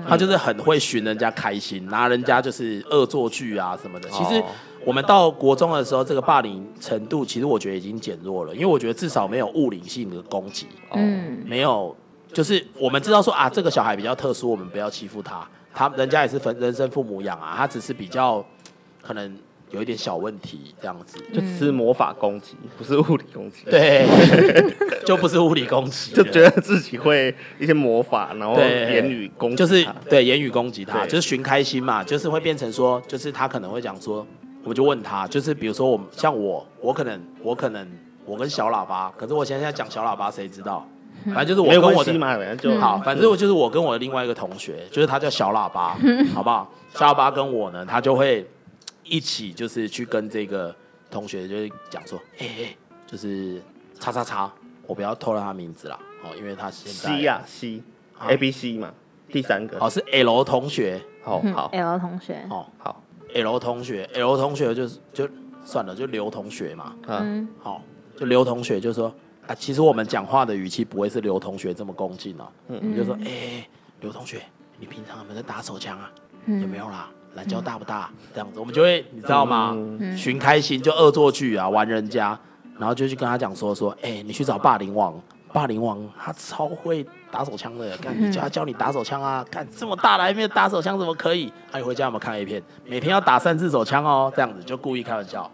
Speaker 1: 他就是很会寻人家开心，拿人家就是恶作剧啊什么的。其实
Speaker 2: 哦
Speaker 1: 我们到国中的时候，这个霸凌程度其实我觉得已经减弱了，因为我觉得至少没有物理性的攻击，
Speaker 3: 嗯，
Speaker 1: 没有就是我们知道说啊，这个小孩比较特殊，我们不要欺负他，他人家也是分人生父母养啊，他只是比较可能有一点小问题这样子。
Speaker 2: 就
Speaker 3: 嗯
Speaker 2: 只是魔法攻击，不是物理攻击。，
Speaker 1: 对， 就不是物理攻击了，
Speaker 2: 就觉得自己会一些魔法，然后
Speaker 1: 对
Speaker 2: 言语攻击他，
Speaker 1: 就是对言语攻击他，
Speaker 2: 对
Speaker 1: 就是寻开心嘛，就是会变成说，就是他可能会讲说，我就问他，就是比如说我们像我，我可能我可能我跟小喇叭，可是我现在讲小喇叭谁知道？反正就是我
Speaker 2: 没有
Speaker 1: 跟
Speaker 2: 关
Speaker 1: 我
Speaker 2: 系
Speaker 1: 的
Speaker 2: 嘛，嗯反正就
Speaker 1: 好，反正我就是我跟我的另外一个同学，就是他叫小喇叭，好不好？小喇叭跟我呢，他就会一起就是去跟这个同学就是讲说，哎、哎、就是叉叉叉，我不要透露他名字啦，哦，因为他现在
Speaker 2: C 呀 C A B C 嘛，第三个，
Speaker 1: 哦是 L 同学
Speaker 2: 好
Speaker 1: 嗯
Speaker 2: 好
Speaker 3: L 哎同学，
Speaker 1: 哦
Speaker 2: 好，
Speaker 1: L 同学，L 同学就是就算了，就刘同学嘛，
Speaker 2: 嗯，
Speaker 3: 嗯，
Speaker 1: 好、就刘同学就说啊，其实我们讲话的语气不会是刘同学这么恭敬哦，我们就说，哎、刘同学，你平常有没有在打手枪啊？有没有啦？懒觉大不大？这样子，我们就会你知道吗？寻开心就恶作剧啊，玩人家，然后就去跟他讲说说，哎、你去找霸凌王，霸凌王他超会打手枪的，看你叫他教你打手枪啊，看这么大了还没有打手枪怎么可以？哎、你回家有没有看 A 片？每天要打三次手枪哦，这样子就故意开玩笑。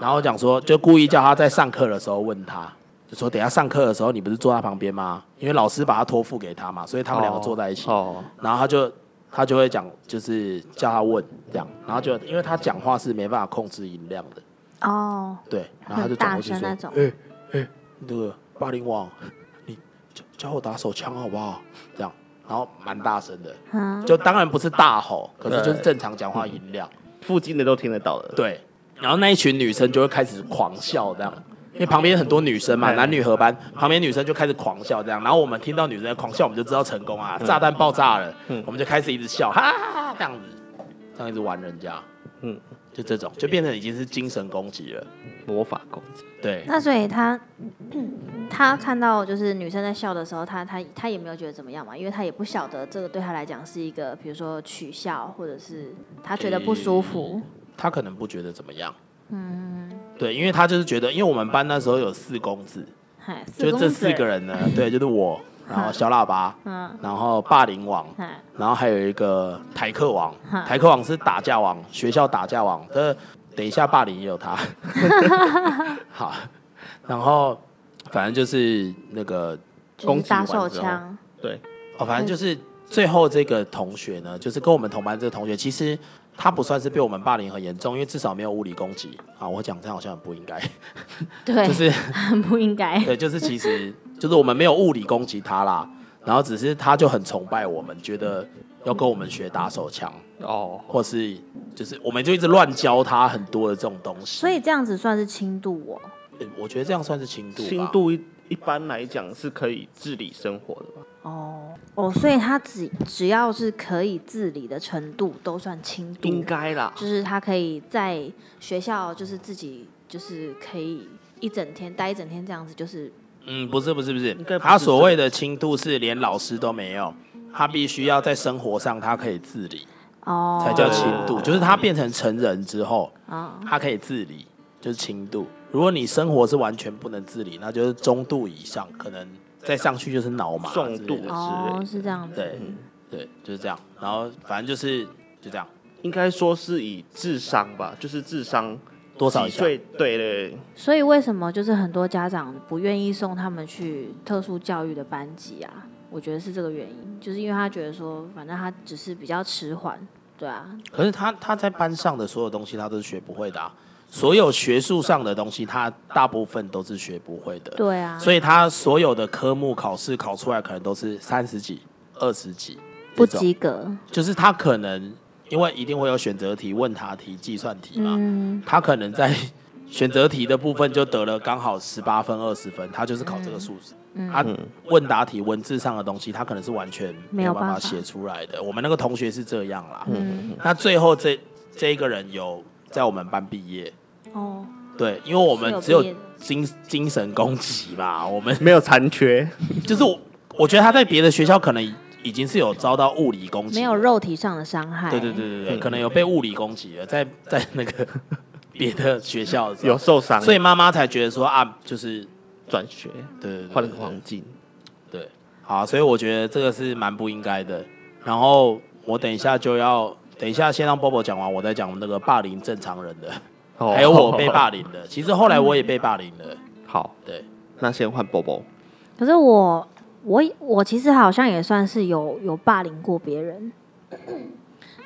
Speaker 1: 然后讲说，就故意叫他在上课的时候问他，就说等一下上课的时候你不是坐他旁边吗？因为老师把他托付给他嘛，所以他们两个坐在一起。
Speaker 2: 哦，
Speaker 1: 然后他就他就会讲，就是叫他问这样，然后就因为他讲话是没办法控制音量的，
Speaker 3: 哦，
Speaker 1: 对，然后他就
Speaker 3: 很
Speaker 1: 转
Speaker 3: 大
Speaker 1: 过去
Speaker 3: 声
Speaker 1: 说
Speaker 3: 那种，：“
Speaker 1: 哎哎，那个霸凌王，你教教我打手枪好不好？”这样，然后蛮大声的，
Speaker 3: 嗯，
Speaker 1: 就当然不是大吼，可是就是
Speaker 2: 对
Speaker 1: 正常讲话音量。
Speaker 2: 附近的都听得到的，
Speaker 1: 对，然后那一群女生就会开始狂笑这样，因为旁边很多女生嘛，
Speaker 2: 嗯
Speaker 1: 男女合班，旁边女生就开始狂笑这样，然后我们听到女生在狂笑，我们就知道成功啊，炸弹爆炸了，我们就开始一直笑，哈哈哈哈这样子，这样一直玩人家，嗯
Speaker 2: 嗯，
Speaker 1: 就这种就变成已经是精神攻击了，
Speaker 2: 魔法攻击，
Speaker 1: 对，
Speaker 3: 那所以他他看到就是女生在笑的时候，他他他也没有觉得怎么样嘛，因为他也不晓得这个对他来讲是一个，比如说取笑，或者是他觉得不舒服。
Speaker 1: 他可能不觉得怎么样，嗯，对，因为他就是觉得，因为我们班那时候有四公子，
Speaker 3: 嗨，四
Speaker 1: 就
Speaker 3: 公
Speaker 1: 这
Speaker 3: 子哎
Speaker 1: 四个，人呢，对，就是我，然后小喇叭，
Speaker 3: 嗯，
Speaker 1: 然后霸凌王，
Speaker 3: 嗨，
Speaker 1: 然后还有一个台客王
Speaker 3: 哈，
Speaker 1: 台客王是打架王，学校打架王。这等一下霸凌也有他。 好，然后反正就是那个
Speaker 3: 就
Speaker 2: 攻
Speaker 3: 是
Speaker 2: 击
Speaker 3: 打
Speaker 2: 完
Speaker 3: 手
Speaker 2: 之后
Speaker 3: 枪，
Speaker 2: 对，
Speaker 1: 哦，反正就是最后这个同学呢，就是跟我们同班这个同学，其实他不算是被我们霸凌很严重，因为至少没有物理攻击啊。我讲这样好像很不应该，
Speaker 3: 对，
Speaker 1: 就是
Speaker 3: 很 不应该。
Speaker 1: 对，就是其实就是我们没有物理攻击他啦，然后只是他就很崇拜我们，觉得要跟我们学打手枪。
Speaker 2: 哦，
Speaker 1: 或是就是我们就一直乱教他很多的这种东西。嗯
Speaker 3: 所以这样子算是轻度哦我，
Speaker 1: 呃我觉得这样算是轻度吧。
Speaker 2: 轻度一一般来讲是可以自理生活的吧？
Speaker 3: 哦哦，所以他只只要是可以自理的程度都算轻度，
Speaker 2: 应该啦。
Speaker 3: 就是他可以在学校就是自己就是可以一整天待一整天这样子，就是
Speaker 1: 嗯，不是不是不是
Speaker 2: 该，不是
Speaker 1: 他所谓的轻度是连老师都没有，他必须要在生活上他可以自理，
Speaker 3: 哦
Speaker 1: 才叫轻度。就是他变成成人之后，
Speaker 3: 啊、
Speaker 1: 他可以自理，就是轻度。如果你生活是完全不能自理，那就是中度以上，可能再上去就是脑麻
Speaker 2: 重
Speaker 1: 之类
Speaker 2: 度
Speaker 1: 的
Speaker 3: 哦是这样子，
Speaker 1: 对对，就是这样。然后反正就是就这样，
Speaker 2: 应该说是以智商吧，就是智商
Speaker 1: 多少以
Speaker 2: 几
Speaker 1: 下？
Speaker 2: 岁？对对对，
Speaker 3: 所以为什么就是很多家长不愿意送他们去特殊教育的班级啊？我觉得是这个原因，就是因为他觉得说，反正他只是比较迟缓，对啊，
Speaker 1: 可是他他在班上的所有东西他都是学不会的、啊，所有学术上的东西他大部分都是学不会的。
Speaker 3: 对啊，
Speaker 1: 所以他所有的科目考试考出来可能都是三十几、二十几
Speaker 3: 不
Speaker 1: 这种
Speaker 3: 及格，
Speaker 1: 就是他可能因为一定会有选择题、问答题、计算题嘛，
Speaker 3: 嗯，
Speaker 1: 他可能在 选择题的部分就得了刚好十八分、二十分，他就是考这个数字。
Speaker 3: 嗯
Speaker 1: 他问答题文字上的东西，他可能是完全没有办
Speaker 3: 没有办法嗯
Speaker 1: 法写出来的。我们那个同学是这样啦，那最后这这一个人有在我们班毕业，
Speaker 3: 哦，
Speaker 1: 对，因为我们
Speaker 3: 是
Speaker 1: 只
Speaker 3: 有
Speaker 1: 有
Speaker 3: 毕业的
Speaker 1: 精精神攻击吧，我们
Speaker 2: 没有残缺，
Speaker 1: 就是我，我觉得他在别的学校可能已已经是有遭到物理攻击，
Speaker 3: 没有。肉体上的伤害，
Speaker 1: 对对对对对，
Speaker 2: 嗯
Speaker 1: 可能有被物理攻击了，在在那个 别的学校的时候
Speaker 2: 有受伤，
Speaker 1: 所以妈妈才觉得说啊，就是
Speaker 2: 转学
Speaker 1: 对对对
Speaker 2: 换
Speaker 1: 对
Speaker 2: 个环境。
Speaker 1: 对，好啊、所以我觉得这个是蛮不应该的。然后我等一下就要，等一下先让 Bobo 讲完，我再讲那个霸凌正常人的，
Speaker 2: 哦
Speaker 1: 还有我被霸凌的。其实后来我也被霸凌了，
Speaker 2: 好，
Speaker 1: 对，
Speaker 2: 那先换 Bobo。
Speaker 3: 可是我我我其实好像也算是有有霸凌过别人，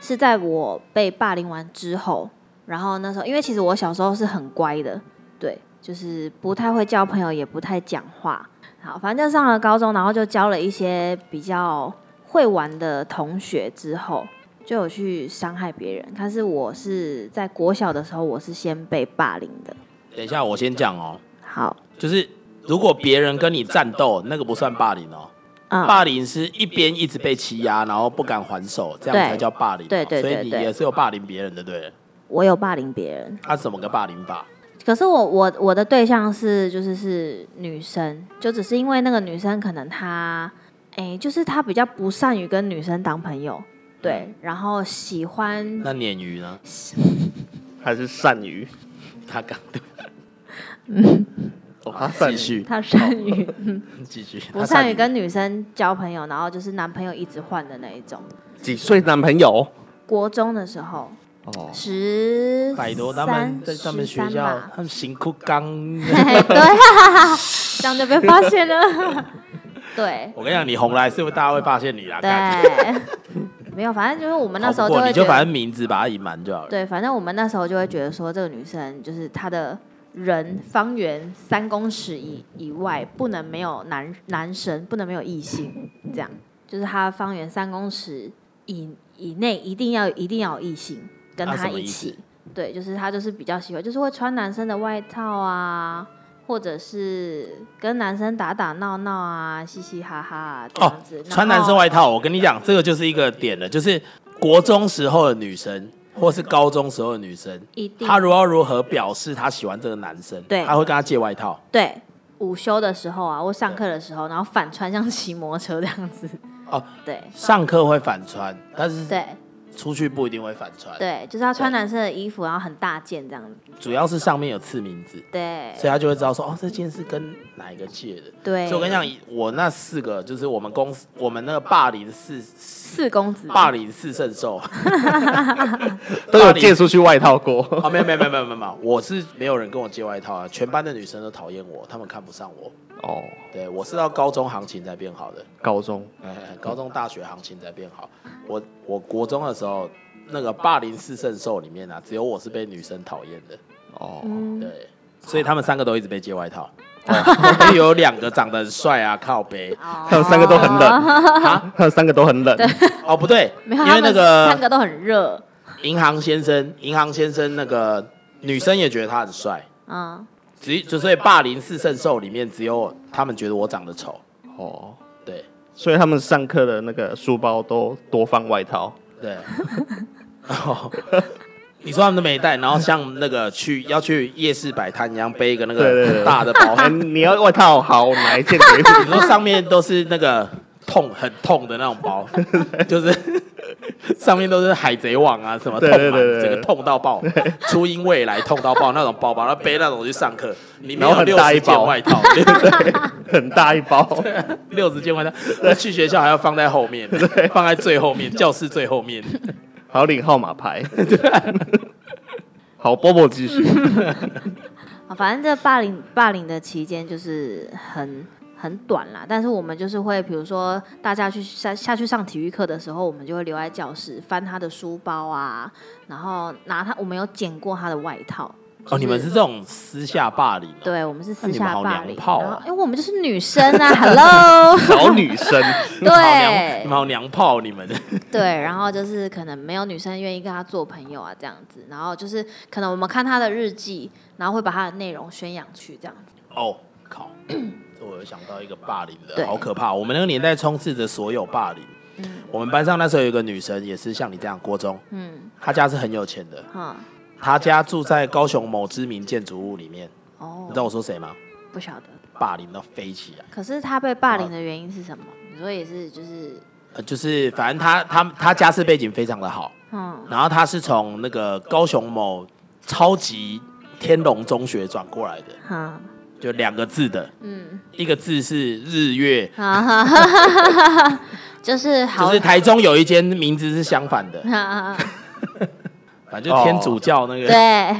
Speaker 3: 是在我被霸凌完之后，然后那时候因为其实我小时候是很乖的，对，就是不太会交朋友，也不太讲话。好，反正上了高中，然后就交了一些比较会玩的同学之后。就有去伤害别人，但是我是在国小的时候，我是先被霸凌的。
Speaker 1: 等一下我先讲哦，
Speaker 3: 好，
Speaker 1: 就是如果别人跟你战斗，那个不算霸凌哦。
Speaker 3: 嗯，
Speaker 1: 霸凌是一边一直被欺压，然后不敢还手，这样才叫霸凌哦、
Speaker 3: 对对
Speaker 1: 所
Speaker 3: 对
Speaker 1: 以你
Speaker 3: 对
Speaker 1: 也是有霸凌别人的，对不对？
Speaker 3: 我有霸凌别人，
Speaker 1: 他、怎么个霸凌法？
Speaker 3: 可是我我我的对象是就是是女生，就只是因为那个女生可能她，哎、就是她比较不善于跟女生当朋友，对，然后喜欢
Speaker 1: 那鲶鱼呢？
Speaker 2: 还是善于，
Speaker 1: 他刚 对，
Speaker 2: 哦，他善
Speaker 1: 继
Speaker 2: 于，
Speaker 1: 续
Speaker 3: 她善于
Speaker 1: 哦 继续，
Speaker 3: 不善于跟女生交朋友，然后就是男朋友一直换的那一种。
Speaker 2: 几岁男朋友？
Speaker 3: 国中的时候，
Speaker 2: 哦，
Speaker 1: 嗯
Speaker 3: 十
Speaker 1: 百多他们在他们学校，他们辛苦刚。
Speaker 3: 嘿 对 啊，这样就被发现了， 对
Speaker 1: 我跟你讲，你红来是不是大家会发现你啦？干
Speaker 3: 对，没有，反正就是我们那时候
Speaker 1: 好不
Speaker 3: 就
Speaker 1: 过
Speaker 3: 会
Speaker 1: 你就
Speaker 3: 觉得
Speaker 1: 反正名字把它隐瞒就好了。
Speaker 3: 对，反正我们那时候就会觉得说，这个女生就是她的人方圆三公尺以以外，不能没有男男生，不能没有异性，这样就是她方圆三公尺以以内一定要一定要有异性跟
Speaker 1: 那
Speaker 3: 她
Speaker 1: 啊什么
Speaker 3: 一
Speaker 1: 意
Speaker 3: 起
Speaker 1: 思。？
Speaker 3: 对，就是她就是比较喜欢，就是会穿男生的外套啊，或者是跟男生打打闹闹啊，嘻嘻哈哈啊这
Speaker 1: 哦
Speaker 3: 样子。，然
Speaker 1: 穿男生
Speaker 3: 后
Speaker 1: 外套，我跟你讲，这个就是一个点了，就是国中时候的女生，或是高中时候的女生，
Speaker 3: 一定
Speaker 1: 她如果要如何表示她喜欢这个男生，
Speaker 3: 对
Speaker 1: 她会跟他借外套。
Speaker 3: 对，午休的时候啊，或上课的时候，然后反穿像骑摩托车这样子。
Speaker 1: 哦，
Speaker 3: 对
Speaker 1: 上课会反穿，但是
Speaker 3: 对
Speaker 1: 出去不一定会反穿。，
Speaker 3: 对，就是要穿男生的衣服，然后很大件这样子。
Speaker 1: 主要是上面有刺名字，
Speaker 3: 对
Speaker 1: 所以她就会知道说，哦，这件是跟哪一个借的。
Speaker 3: 对，
Speaker 1: 所以我跟你讲，我那四个就是我们公司我们那个霸凌四
Speaker 3: 四公子
Speaker 1: 霸凌四圣兽
Speaker 2: 都有借出去外套过。
Speaker 1: 哦，没有没有没有没有没有没有，我是没有人跟我借外套啊，全班的女生都讨厌我，她们看不上我。
Speaker 2: 哦，
Speaker 1: 对我是到高中行情才变好的，
Speaker 2: 高中
Speaker 1: 哎高中大学行情才变好。我我国中的时候，那个霸凌四圣兽里面啊，只有我是被女生讨厌的，
Speaker 2: 哦，
Speaker 1: 对，所以他们三个都一直被借外套。 因为有两个长得很帅啊，靠背
Speaker 2: 他们三个都很冷，
Speaker 1: 啊，
Speaker 2: 他们三个都很冷。
Speaker 1: 哦不对，
Speaker 3: 没
Speaker 1: 因
Speaker 3: 有，
Speaker 1: 为那
Speaker 3: 他们
Speaker 1: 个
Speaker 3: 三个都很热，
Speaker 1: 银行先生，银行先生那个女生也觉得他很帅，
Speaker 3: 嗯，
Speaker 1: 只就所以霸凌四圣兽里面只有他们觉得我长得丑，
Speaker 2: 哦，
Speaker 1: 对，
Speaker 2: 所以他们上课的那个书包都多放外套。
Speaker 1: 对， 哦，你说他们都没带，然后像那个去要去夜市摆摊一样，背一个那
Speaker 2: 对对
Speaker 1: 个
Speaker 2: 对
Speaker 1: 大的包
Speaker 2: 哎、，你要外套好，我拿一件给
Speaker 1: 你
Speaker 2: 你。
Speaker 1: 说上面都是那个痛很痛的那种包，就是 上面都是海贼王啊什么痛
Speaker 2: 对
Speaker 1: 啊，
Speaker 2: 对对对
Speaker 1: 整个痛到爆， 初音未来痛到爆那种包包，然后背那种去上课，里面有
Speaker 2: 然后很
Speaker 1: 六
Speaker 2: 大一
Speaker 1: 十件
Speaker 2: 包
Speaker 1: 外 套，
Speaker 2: 很大一包，
Speaker 1: 六十件外套，那去学校还要放在后面，放在最后面，教室最后面。
Speaker 2: 还要领号码 牌。好波波继续。
Speaker 3: 啊，反正这霸凌霸凌的期间就是很很短啦，但是我们就是会，比如说大家去下下去上体育课的时候，我们就会留在教室翻他的书包啊，然后拿他，我们有捡过他的外套。
Speaker 1: 哦，你们是这种私下霸凌、哦，
Speaker 3: 对，我们是
Speaker 1: 那
Speaker 3: 私
Speaker 1: 你们
Speaker 3: 下
Speaker 1: 好
Speaker 3: 霸
Speaker 1: 娘
Speaker 3: 凌，
Speaker 1: 炮
Speaker 3: 然后
Speaker 1: 啊
Speaker 3: 因为我们就是女生 啊，Hello，
Speaker 2: 小女
Speaker 1: 好
Speaker 2: 生，
Speaker 1: 娘你
Speaker 3: 对
Speaker 1: 们好娘炮，你们
Speaker 3: 对，然后就是可能没有女生愿意跟他做朋友啊，这样子，然后就是可能我们看他的日记，然后会把他的内容宣扬去这样子，
Speaker 1: 哦，靠！ 这我有想到一个霸凌的，
Speaker 3: 对
Speaker 1: 好可怕！我们那个年代充斥着所有霸凌。我们班上那时候有一个女生，也是像你这样，国中，
Speaker 3: 嗯，
Speaker 1: 她家是很有钱的，
Speaker 3: 哈、
Speaker 1: 她家住在高雄某知名建筑物里面。你知道
Speaker 3: 哦，
Speaker 1: 我说谁吗？
Speaker 3: 不晓得。
Speaker 1: 霸凌到飞起来，
Speaker 3: 可是他被霸凌的原因是什么？你说也是，就是
Speaker 1: 呃，就是反正她她她家世背景非常的好，
Speaker 3: 嗯
Speaker 1: 然后她是从那个高雄某超级天龙中学转过来的，
Speaker 3: 哈
Speaker 1: 就两个字的，
Speaker 3: 嗯
Speaker 1: 一个字是日月，
Speaker 3: 哈哈哈哈哈哈，就是好啊
Speaker 1: 就是台中有一间名字是相反的，
Speaker 3: 哈哈
Speaker 1: 反正就天主教那
Speaker 3: 哦
Speaker 1: 个，
Speaker 3: 对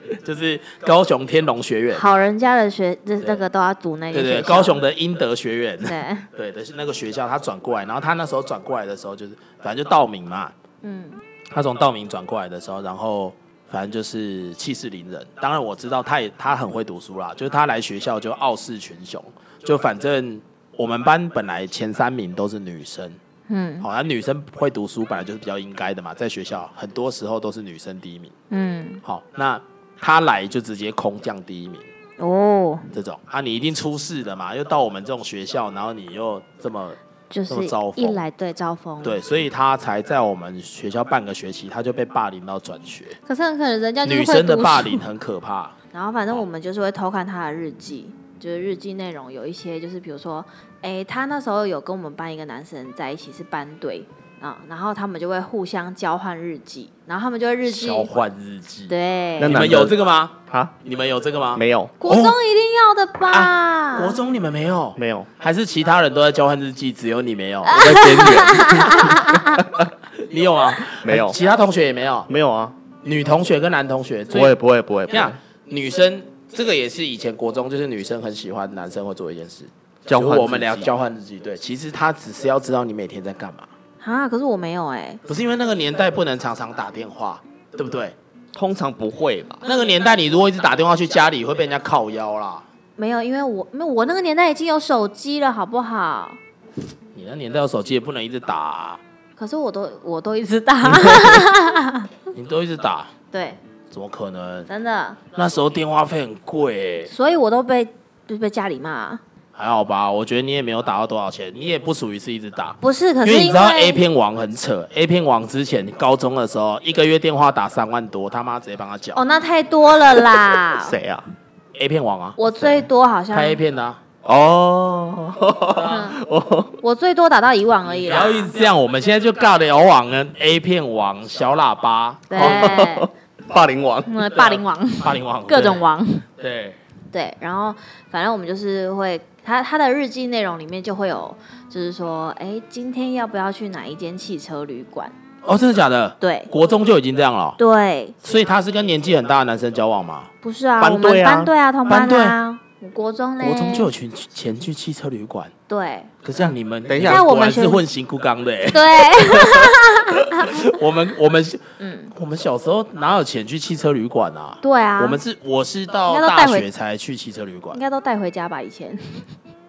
Speaker 1: 对， 就是高雄天龙学院，
Speaker 3: 好人家的学这那个都要读那个
Speaker 1: 对对，
Speaker 3: 学校
Speaker 1: 高雄的英德学院，
Speaker 3: 对嗯
Speaker 1: 对的是那个学校，他转过来，然后他那时候转过来的时候就是，反正就道明嘛，
Speaker 3: 嗯
Speaker 1: 他从道明转过来的时候，然后反正就是气势凌人。当然我知道他也他很会读书啦，就是他来学校就傲视群雄，就反正我们班本来前三名都是女生。
Speaker 3: 嗯
Speaker 1: 好，那女生会读书本来就是比较应该的嘛，在学校很多时候都是女生第一名。
Speaker 3: 嗯
Speaker 1: 好，那她来就直接空降第一名，
Speaker 3: 哦，
Speaker 1: 这种啊，你一定出事的嘛，又到我们这种学校，然后你又这么
Speaker 3: 就是
Speaker 1: 这么招
Speaker 3: 一
Speaker 1: 风
Speaker 3: 来对招风，
Speaker 1: 对，所以她才在我们学校半个学期，她就被霸凌到转学。
Speaker 3: 可是很可能人家就是
Speaker 1: 女
Speaker 3: 会
Speaker 1: 生的
Speaker 3: 读
Speaker 1: 霸
Speaker 3: 书
Speaker 1: 凌很可怕，
Speaker 3: 然后反正我们就是会偷看他的日记，就是日记内容有一些就是比如说，哎，他那时候有跟我们班一个男生在一起是班队啊，然后他们就会互相交换日记，然后他们就会日记
Speaker 1: 交换日记，
Speaker 3: 对
Speaker 2: 那
Speaker 1: 你
Speaker 2: 男
Speaker 1: 们
Speaker 2: 的
Speaker 1: 有这个吗？
Speaker 2: 啊，
Speaker 1: 你们有这个吗？，
Speaker 2: 没有，
Speaker 3: 国中一定要的吧？
Speaker 1: 哦啊国中你们没有，
Speaker 2: 没有，
Speaker 1: 还是其他人都在交换日记，只有你没有？
Speaker 2: 我在边缘，
Speaker 1: 你有吗？
Speaker 2: 没有
Speaker 1: 其他同学也没有。
Speaker 2: 没有啊，
Speaker 1: 女同学跟男同学
Speaker 2: 不
Speaker 1: 最
Speaker 2: 会，不会，不会， 不
Speaker 1: 你看
Speaker 2: 会
Speaker 1: 女生这个也是以前国中，就是女生很喜欢男生会做一件事，
Speaker 2: 交
Speaker 1: 就是
Speaker 2: 换
Speaker 1: 我们俩
Speaker 2: 自己
Speaker 1: 交换日啊记。对，其实他只是要知道你每天在干嘛，
Speaker 3: 啊，可是我没有哎、
Speaker 1: 不是因为那个年代不能常常打电话，对不对？
Speaker 2: 通常不会吧？，
Speaker 1: 那个年代你如果一直打电话去家里，会被人家靠腰啦。
Speaker 3: 没有，因为我没有我那个年代已经有手机了，好不好？
Speaker 1: 你那年代有手机也不能一直打、啊，
Speaker 3: 可是我都我都一直打，
Speaker 1: 你都一直打，
Speaker 3: 对，
Speaker 1: 怎么可能？
Speaker 3: 真的，
Speaker 1: 那时候电话费很贵、欸，
Speaker 3: 所以我都被就是被家里骂、
Speaker 1: 还好吧？我觉得你也没有打到多少钱，你也不属于是一直打。
Speaker 3: 不是，
Speaker 1: 因
Speaker 3: 可是
Speaker 1: 为你
Speaker 3: 因
Speaker 1: 知道 A 片王很扯，A 片王之前高中的时候，一个月电话打三万多，他妈直接帮他缴。
Speaker 3: 哦，那太多了 啦
Speaker 2: 谁啊？
Speaker 1: A 片王啊，
Speaker 3: 我最多好像
Speaker 1: 拍 A 片的、啊。
Speaker 2: 哦， 哦，
Speaker 3: 我最多打到以往而已
Speaker 1: 不
Speaker 3: 啦
Speaker 1: 要。一直这样，我们现在就尬聊网跟 A 片王、小喇叭、
Speaker 3: 对，
Speaker 2: 哦霸凌王，
Speaker 1: 啊
Speaker 3: 嗯，霸 凌王，
Speaker 1: 霸凌王，
Speaker 3: 各 种王。
Speaker 1: 对。对
Speaker 3: 对，然后反正我们就是会，他他的日记内容里面就会有，就是说，哎，今天要不要去哪一间汽车旅馆？
Speaker 1: 哦，真的假的？
Speaker 3: 对
Speaker 1: 国中就已经这样了哦，
Speaker 3: 对，
Speaker 1: 所以他是跟年纪很大的男生交往吗？
Speaker 3: 不是啊，
Speaker 2: 班
Speaker 3: 我们
Speaker 2: 队啊
Speaker 3: 班队啊，同
Speaker 1: 班队
Speaker 3: 啊，我国中呢，
Speaker 1: 国中就有群前去汽车旅馆，
Speaker 3: 对
Speaker 1: 可是让你们
Speaker 2: 等一下
Speaker 1: 你们
Speaker 3: 那我
Speaker 1: 果然
Speaker 3: 们学
Speaker 1: 是混新裤刚的欸。
Speaker 3: 对，
Speaker 1: 我们我们
Speaker 3: 嗯，
Speaker 1: 我们小时候哪有钱去汽车旅馆啊？
Speaker 3: 对啊，
Speaker 1: 我们是我是到
Speaker 3: 应该都
Speaker 1: 大
Speaker 3: 带回
Speaker 1: 学才去汽车旅馆
Speaker 3: 应，该都带回家吧？以前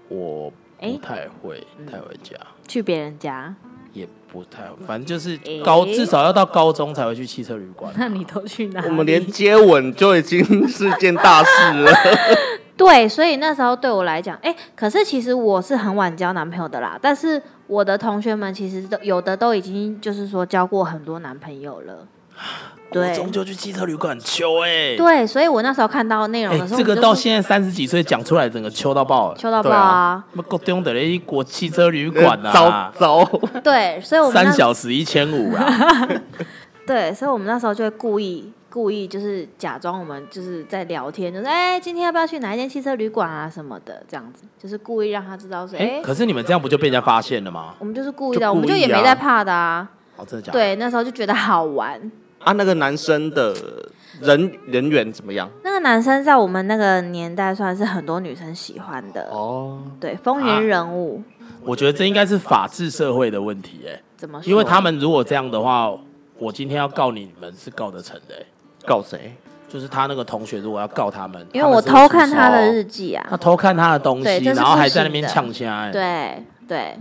Speaker 1: 我
Speaker 3: 哎
Speaker 1: 不太会
Speaker 3: 嗯
Speaker 1: 带回家，
Speaker 3: 去别人家，
Speaker 1: 也不太会，反正就是高
Speaker 3: 哎
Speaker 1: 至少要到高中才会去汽车旅馆。
Speaker 3: 那你都去哪里？
Speaker 2: 我们连接吻就已经是件大事了。
Speaker 3: 对，所以那时候对我来讲，哎、可是其实我是很晚交男朋友的啦。但是我的同学们其实都有的都已经就是说交过很多男朋友了。 对
Speaker 1: 终究去汽车旅馆秋哎、欸，
Speaker 3: 对，所以我那时候看到内容的时候，
Speaker 1: 这个
Speaker 3: 我就
Speaker 1: 到
Speaker 3: 是
Speaker 1: 现在三十几岁讲出来，整个秋到爆了。
Speaker 3: 秋到爆
Speaker 2: 对啊
Speaker 3: 啊！
Speaker 1: 那够丢的嘞，一国汽车旅馆啊，
Speaker 2: 糟糟，
Speaker 3: 对，所以我们
Speaker 1: 三
Speaker 3: 那
Speaker 1: 小时一千五 啊，
Speaker 3: 对，所以我们那时候就会故意故意就是假装我们就是在聊天，就是哎、今天要不要去哪一间汽车旅馆啊什么的，这样子，就是故意让他知道说，哎、
Speaker 1: 哎、可是你们这样不就被人家发现了吗？
Speaker 3: 我们就是故意
Speaker 2: 就
Speaker 3: 的，我们
Speaker 2: 故
Speaker 3: 就
Speaker 2: 意
Speaker 3: 也没
Speaker 2: 啊
Speaker 3: 在怕的啊。
Speaker 1: 哦，真的假的？
Speaker 3: 对，那时候就觉得好玩。
Speaker 2: 啊，那个男生的人人缘怎么样？
Speaker 3: 那个男生在我们那个年代算是很多女生喜欢的，
Speaker 2: 哦，
Speaker 3: 对，风
Speaker 1: 啊
Speaker 3: 云人物。
Speaker 1: 我觉得这应该是法治社会的问题哎、
Speaker 3: 怎么说？
Speaker 1: 因为他们如果这样的话，我今天要告你们是告得成的、欸。
Speaker 2: 告谁？
Speaker 1: 就是他那个同学如果要告他们，
Speaker 3: 因为我
Speaker 1: 他们是哦会
Speaker 3: 偷看
Speaker 1: 出
Speaker 3: 他的
Speaker 1: 手
Speaker 3: 日记啊
Speaker 1: 他，偷看他的东西，
Speaker 3: 对这是
Speaker 1: 然后还
Speaker 3: 不行
Speaker 1: 在那边
Speaker 3: 的
Speaker 1: 呛虾、欸，，嗯
Speaker 3: 对对。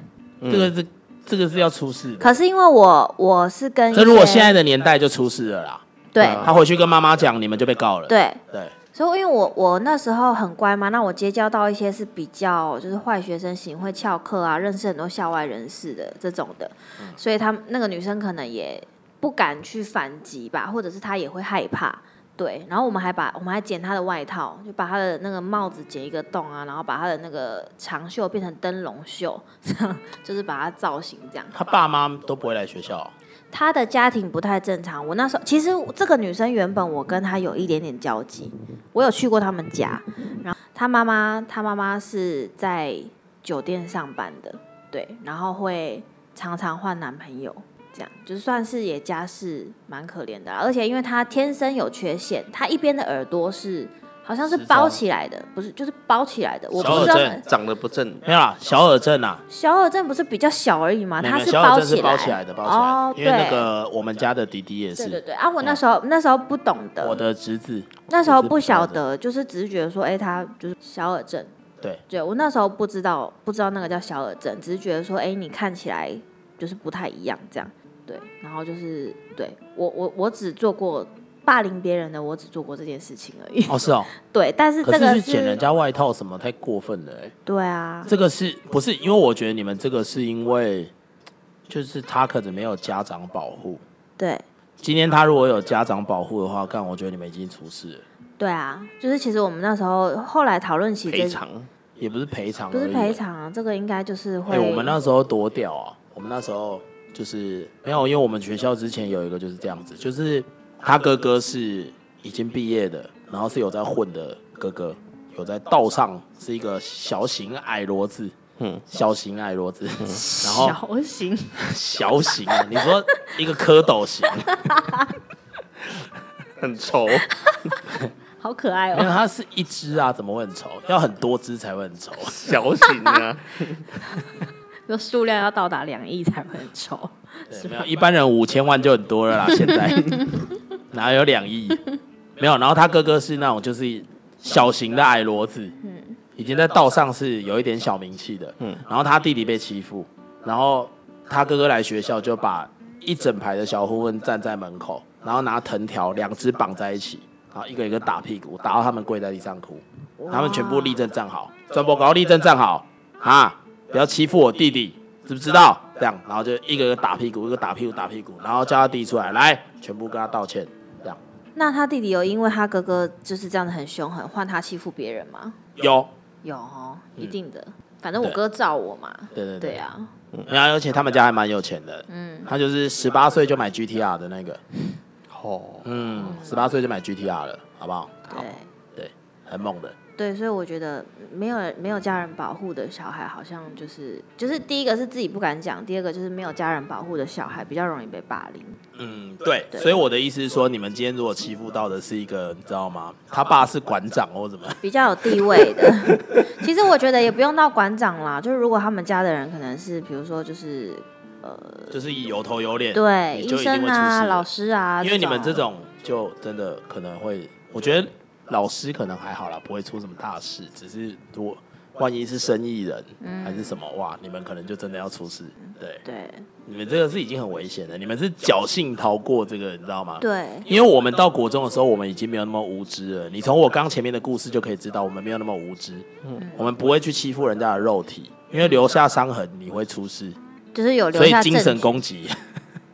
Speaker 1: 这个是这个是要出事的。
Speaker 3: 可是因为我我是跟
Speaker 1: 这
Speaker 3: 一
Speaker 1: 如果
Speaker 3: 些
Speaker 1: 现在的年代就出事了啦，
Speaker 3: 对
Speaker 2: 啊
Speaker 1: 他回去跟妈妈讲，你们就被告了。
Speaker 3: 对，
Speaker 1: 对，
Speaker 3: 所以因为我我那时候很乖嘛，那我结交到一些是比较就是坏学生型，会翘课啊，认识很多校外人士的这种的，所以他们那个女生可能也不敢去反击吧，或者是她也会害怕。对，然后我们还把我们还剪她的外套，就把她的那个帽子剪一个洞啊，然后把她的那个长袖变成灯笼袖，这样 就是把她造型这样。
Speaker 1: 他爸妈都不会来学校，
Speaker 3: 她的家庭不太正常。我那时候其实这个女生原本我跟她有一点点交集，我有去过他们家，然后她妈妈她妈妈是在酒店上班的，对，然后会常常换男朋友。这样就算是也家世蛮可怜的啦，啊而且因为她天生有缺陷，她一边的耳朵是好像是
Speaker 1: 失聪
Speaker 3: 包起来的，不是就是包起来的，我
Speaker 1: 小
Speaker 3: 不
Speaker 1: 耳
Speaker 3: 知道
Speaker 1: 症
Speaker 2: 长得不正，
Speaker 1: 没有啦，小耳症啊，
Speaker 3: 小耳症不是比较小而已吗？
Speaker 1: 没有没
Speaker 3: 它
Speaker 1: 有
Speaker 3: 啊是
Speaker 1: 小耳
Speaker 3: 包
Speaker 1: 症是
Speaker 3: 起来
Speaker 1: 包起来的，包起
Speaker 3: 哦
Speaker 1: 来，因为那
Speaker 3: 对
Speaker 1: 个我们家的弟弟也
Speaker 3: 对对
Speaker 1: 是，哦
Speaker 3: 对啊！我那时候那时候不懂
Speaker 1: 我
Speaker 3: 得，
Speaker 1: 的侄子
Speaker 3: 那时候
Speaker 1: 我
Speaker 3: 不
Speaker 1: 是知道
Speaker 3: 晓
Speaker 1: 的
Speaker 3: 得，就是只是觉得说，哎，他就是小耳症。
Speaker 1: 对，
Speaker 3: 对我那时候不知道不知道那个叫小耳症，只是觉得说，哎，你看起来就是不太一样这样。对，然后就是对我我我只做过霸凌别人的，我只做过这件事情而已。
Speaker 1: 哦是哦，
Speaker 3: 对，但是
Speaker 1: 可
Speaker 3: 这个
Speaker 1: 去捡人家外套什么太过分了欸
Speaker 3: 对啊，
Speaker 1: 这个是不是？因为我觉得你们这个是因为，就是他可能没有家长保护。
Speaker 3: 对
Speaker 1: 今天他如果有家长保护的话，干，我觉得你们已经出事了，
Speaker 3: 对啊，就是其实我们那时候后来讨论起这
Speaker 2: 赔偿
Speaker 1: 也不是赔偿，
Speaker 3: 不是赔。偿啊，这个应该就是
Speaker 1: 哎、
Speaker 3: 会
Speaker 1: 我们那时候多屌啊！我们那时候就是没有，因为我们学校之前有一个就是这样子，就是他哥哥是已经毕业的，然后是有在混的哥哥，有在道上是一个小型矮骡子，嗯
Speaker 2: 嗯，
Speaker 1: 小型矮骡子，然后
Speaker 3: 小型
Speaker 1: 小型 啊，你说一个蝌蚪型，
Speaker 2: 很丑，
Speaker 3: 好可爱
Speaker 1: 没有，
Speaker 3: 哦，
Speaker 1: 它是一只啊，怎么会很丑？要很多只才会很丑。
Speaker 2: 小型啊，
Speaker 3: 就数量要到达两亿才会很丑。
Speaker 1: 对，没有，一般人五千万就很多了啦，现在哪有两亿？没有，然后他哥哥是那种就是小型的矮骡子，已经在道上是有一点小名气的，嗯，然后他弟弟被欺负，然后他哥哥来学校就把一整排的小混混站在门口，然后拿藤条两只绑在一起，然后一个一个打屁股，打到他们跪在地上哭，他们全部立正站好，转播高立正站好，啊，不要欺负我弟弟，知不知道？这样，然后就一个一个打屁股，一个打屁股打屁股，然后叫他弟出来，来，全部跟他道歉，这样。
Speaker 3: 那他弟弟有因为他哥哥就是这样子很凶狠，换他欺负别人吗？
Speaker 1: 有，
Speaker 3: 有哦，一定的。反正我
Speaker 1: 嗯对
Speaker 3: 哥罩我嘛。
Speaker 1: 对对
Speaker 3: 对啊，
Speaker 1: 然嗯后而且他们家还蛮有钱的，嗯，他就是十八岁就买 GTR 的那个，
Speaker 2: 哦，
Speaker 1: 嗯，十八岁就买 GTR 了，好不好？好，
Speaker 3: 对
Speaker 1: 很猛的。
Speaker 3: 对，所以我觉得没有没有家人保护的小孩，好像就是就是第一个是自己不敢讲，第二个就是没有家人保护的小孩比较容易被霸凌。
Speaker 1: 嗯，对，所以我的意思是说，你们今天如果欺负到的是一个，你知道吗？他爸是馆长或怎么，
Speaker 3: 比较有地位的。 其实我觉得也不用到馆长啦，就是如果他们家的人可能是，比如说就是
Speaker 1: 就是有头有脸，
Speaker 3: 对
Speaker 1: 你
Speaker 3: 医
Speaker 1: 就一定会
Speaker 3: 生
Speaker 1: 出
Speaker 3: 啊、
Speaker 1: 事
Speaker 3: 老
Speaker 1: 的。
Speaker 3: 师啊，
Speaker 1: 因为你们这种就真的可能会，我觉得老师可能还好啦，不会出什么大事，只是如果万一是生意人、
Speaker 3: 嗯
Speaker 1: 还是什么，哇，你们可能就真的要出事。对，
Speaker 3: 对
Speaker 1: 你们这个是已经很危险了，你们是侥幸逃过这个，你知道吗？
Speaker 3: 对
Speaker 1: 因为我们到国中的时候，我们已经没有那么无知了。你从我刚前面的故事就可以知道，我们没有那么无知。
Speaker 3: 嗯
Speaker 1: 我们不会去欺负人家的肉体，因为留下伤痕你会出事，
Speaker 3: 就是有留
Speaker 1: 所以
Speaker 3: 下
Speaker 1: 精
Speaker 3: 证
Speaker 1: 神
Speaker 3: 据
Speaker 1: 攻击。